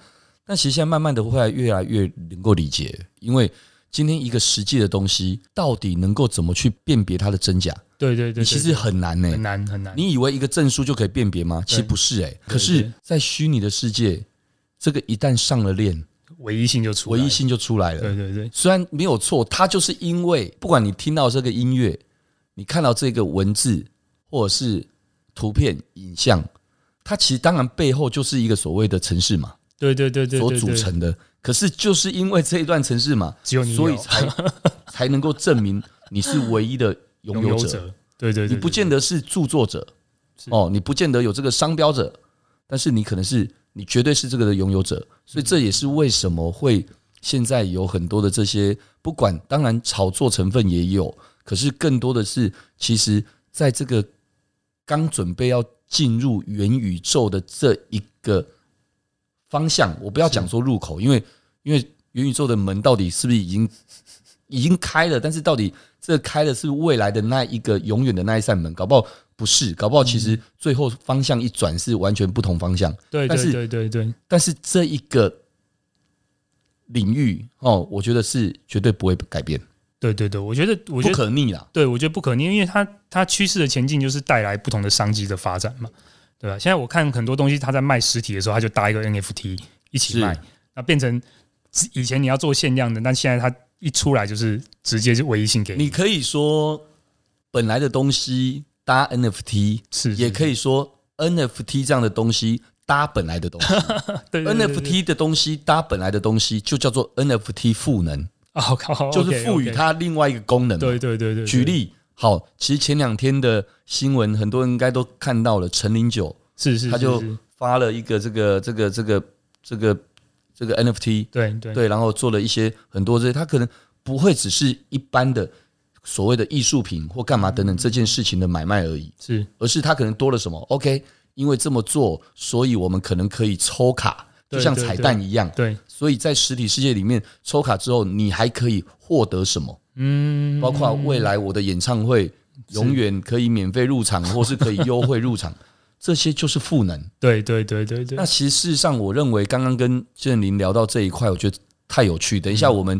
[SPEAKER 2] 但其实现在慢慢的会越来越能够理解，因为今天一个实际的东西，到底能够怎么去辨别它的真假，
[SPEAKER 3] 对对
[SPEAKER 2] 你
[SPEAKER 3] 对，
[SPEAKER 2] 其实很难呢、
[SPEAKER 3] 很难很难。
[SPEAKER 2] 你以为一个证书就可以辨别吗？其实不是哎、可是
[SPEAKER 3] 对，
[SPEAKER 2] 在虚拟的世界，这个一旦上了链，
[SPEAKER 3] 唯一性就出来
[SPEAKER 2] 唯
[SPEAKER 3] 了
[SPEAKER 2] 一。性就出来
[SPEAKER 3] 对
[SPEAKER 2] 了。
[SPEAKER 3] 对对
[SPEAKER 2] 虽然没有错，它就是因为不管你听到这个音乐，你看到这个文字或者是图片、影像，它其实当然背后就是一个所谓的城市嘛
[SPEAKER 3] 对对对对，
[SPEAKER 2] 所
[SPEAKER 3] 对
[SPEAKER 2] 组，成的。可是就是因为这一段城市嘛，
[SPEAKER 3] 只有你有
[SPEAKER 2] 所以 才才能够证明你是唯一的
[SPEAKER 3] 对
[SPEAKER 2] 拥
[SPEAKER 3] 拥有
[SPEAKER 2] 有者。
[SPEAKER 3] 者。对对对，
[SPEAKER 2] 你不见得是著作者哦，你不见得有这个商标者，但是你可能是你绝对是这个的拥有者，所以这也是为什么会现在有很多的这些，不管当然炒作成分也有，可是更多的是其实在这个刚准备要进入元宇宙的这一个方向，我不要讲说入口，因为因为元宇宙的门到底是不是已经已经开了，但是到底这开的是未来的那一个永远的那一扇门，搞不好不是，搞不好其实最后方向一转是完全不同方向。
[SPEAKER 3] 对
[SPEAKER 2] 但是
[SPEAKER 3] 对对对对
[SPEAKER 2] 但是这一个领域哦，我觉得是绝对不会改变，
[SPEAKER 3] 对对对，我觉得我觉
[SPEAKER 2] 不
[SPEAKER 3] 得
[SPEAKER 2] 可逆啦。
[SPEAKER 3] 对，我觉得不可逆，因为它它趋势的前进就是带来不同的商机的发展嘛，对吧？现在我看很多东西，它在卖实体的时候，它就搭一个 NFT 一起卖
[SPEAKER 2] 是，
[SPEAKER 3] 那变成以前你要做限量的，但现在它一出来就是直接就唯一性给
[SPEAKER 2] 你可以说本来的东西搭 NFT，
[SPEAKER 3] 是
[SPEAKER 2] 也可
[SPEAKER 3] 以
[SPEAKER 2] 以说 NFT 这样的东西搭本来的东西
[SPEAKER 3] 对对对对对
[SPEAKER 2] ，NFT 的东西搭本来的东西就叫做 NFT 赋能，
[SPEAKER 3] 哦靠，
[SPEAKER 2] 就是赋予
[SPEAKER 3] OK，OK，
[SPEAKER 2] 它另外一个功能嘛。
[SPEAKER 3] 对对对对，对
[SPEAKER 2] 举例，好，其实前两天的新闻，很多人应该都看到了，陈零九
[SPEAKER 3] 是是，
[SPEAKER 2] 他
[SPEAKER 3] 是
[SPEAKER 2] 就是发了一个这个这个这个这个这个 NFT，
[SPEAKER 3] 对对
[SPEAKER 2] 对，然后做了一些很多这些，他可能不会只是一般的所谓的艺术品或干
[SPEAKER 3] 嗯
[SPEAKER 2] 嘛等等这件事情的买卖而已，
[SPEAKER 3] 是
[SPEAKER 2] 而是他可能多了什么？OK，因为这么做，所以我们可能可以抽卡，就
[SPEAKER 3] 对
[SPEAKER 2] 像
[SPEAKER 3] 对
[SPEAKER 2] 彩
[SPEAKER 3] 对
[SPEAKER 2] 蛋一样。
[SPEAKER 3] 对
[SPEAKER 2] 所以在实体世界里面抽卡之后，你还可以获得什么？
[SPEAKER 3] 嗯，
[SPEAKER 2] 包括未来我的演唱会永远可以免费入场，或是可以优惠入场，这些就是赋能。
[SPEAKER 3] 对对对对对
[SPEAKER 2] 那，其实事实上，我认为刚刚跟建林聊到这一块，我觉得太有趣。等一下我们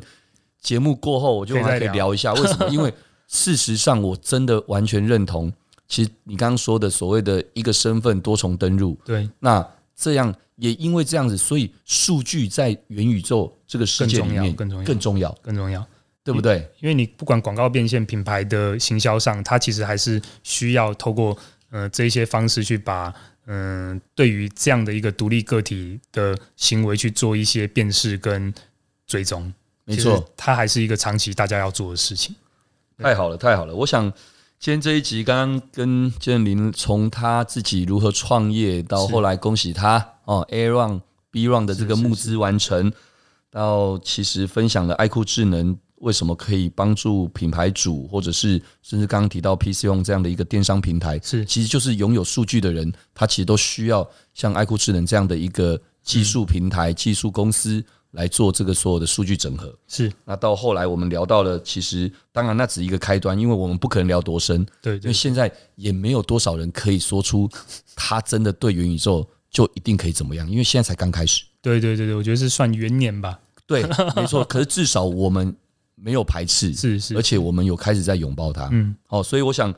[SPEAKER 2] 节目过后，我就
[SPEAKER 3] 嗯可以再
[SPEAKER 2] 还可以聊一下为什 么？因为事实上，我真的完全认同。其实你刚刚说的所谓的一个身份多重登入，
[SPEAKER 3] 对
[SPEAKER 2] 那这样也因为这样子，所以数据在元宇宙这个世
[SPEAKER 3] 更
[SPEAKER 2] 界里
[SPEAKER 3] 重要
[SPEAKER 2] 面
[SPEAKER 3] 更重要嗯
[SPEAKER 2] 更重要，
[SPEAKER 3] 更重要。
[SPEAKER 2] 对不对？
[SPEAKER 3] 因为你不管广告变现、品牌的行销上，它其实还是需要透过呃这一些方式去把嗯、对于这样的一个独立个体的行为去做一些辨识跟追踪。
[SPEAKER 2] 没
[SPEAKER 3] 其
[SPEAKER 2] 错
[SPEAKER 3] 实，它还是一个长期大家要做的事情。
[SPEAKER 2] 太好了，太好了！我想今天这一集，刚刚跟建林从他自己如何创业，到
[SPEAKER 3] 是
[SPEAKER 2] 后来恭喜他哦，A round、B round 的这个
[SPEAKER 3] 是是
[SPEAKER 2] 募资完成，到其实分享了爱酷智能为什么可以帮助品牌主，或者是甚至刚刚提到 PC Home 这样的一个电商平台，
[SPEAKER 3] 是
[SPEAKER 2] 其实就是拥有数据的人，他其实都需要像爱酷智能这样的一个技术平台、技术公司来做这个所有的数据整合。
[SPEAKER 3] 是，
[SPEAKER 2] 那到后来我们聊到了，其实当然那只是一个开端，因为我们不可能聊多深，
[SPEAKER 3] 对
[SPEAKER 2] 因为
[SPEAKER 3] 对，
[SPEAKER 2] 现在也没有多少人可以说出他真的对元宇宙就一定可以怎么样，因为现在才刚开始。
[SPEAKER 3] 对对对对，我觉得是算元年吧。
[SPEAKER 2] 对， 没错。可是至少我们没有排斥，
[SPEAKER 3] 是是
[SPEAKER 2] 而且我们有开始在拥抱它。
[SPEAKER 3] 嗯，
[SPEAKER 2] 好、哦所以我想，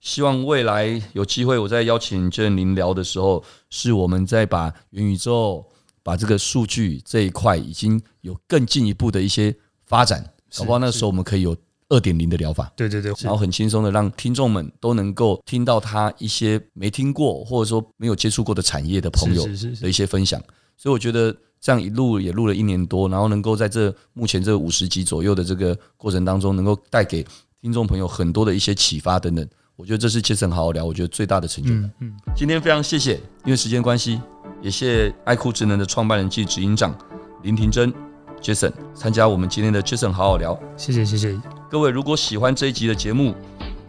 [SPEAKER 2] 希望未来有机会，我在邀请郑林聊的时候，是我们在把元宇宙、把这个数据这一块已经有更进一步的一些发展，
[SPEAKER 3] 是
[SPEAKER 2] 好不好？那时候我们可以有二点零的疗法。
[SPEAKER 3] 对对对，是
[SPEAKER 2] 然后很轻松的让听众们都能够听到他一些没听过或者说没有接触过的产业的朋友
[SPEAKER 3] 是是是
[SPEAKER 2] 的一些分享。所以我觉得这样一路也录了一年多，然后能够在这目前这五十集左右的这个过程当中，能够带给听众朋友很多的一些启发等等。我觉得这是杰森好好聊，我觉得最大的成就感。
[SPEAKER 3] 嗯嗯，
[SPEAKER 2] 今天非常谢谢，因为时间关系，也谢谢爱酷智能的创办人暨执行长林庭珍 Jason 参加我们今天的 Jason 好好聊。
[SPEAKER 3] 谢谢谢谢，
[SPEAKER 2] 各位如果喜欢这一集的节目，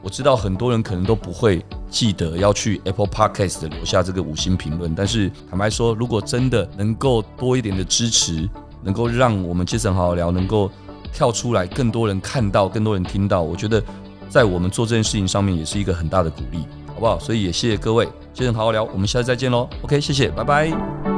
[SPEAKER 2] 我知道很多人可能都不会记得要去 Apple Podcast 留下这个五星评论，但是坦白说，如果真的能够多一点的支持，能够让我们杰森好好聊能够跳出来，更多人看到，更多人听到，我觉得在我们做这件事情上面也是一个很大的鼓励，好不好？所以也谢谢各位，杰森好好聊，我们下次再见喽。OK，谢谢，拜拜。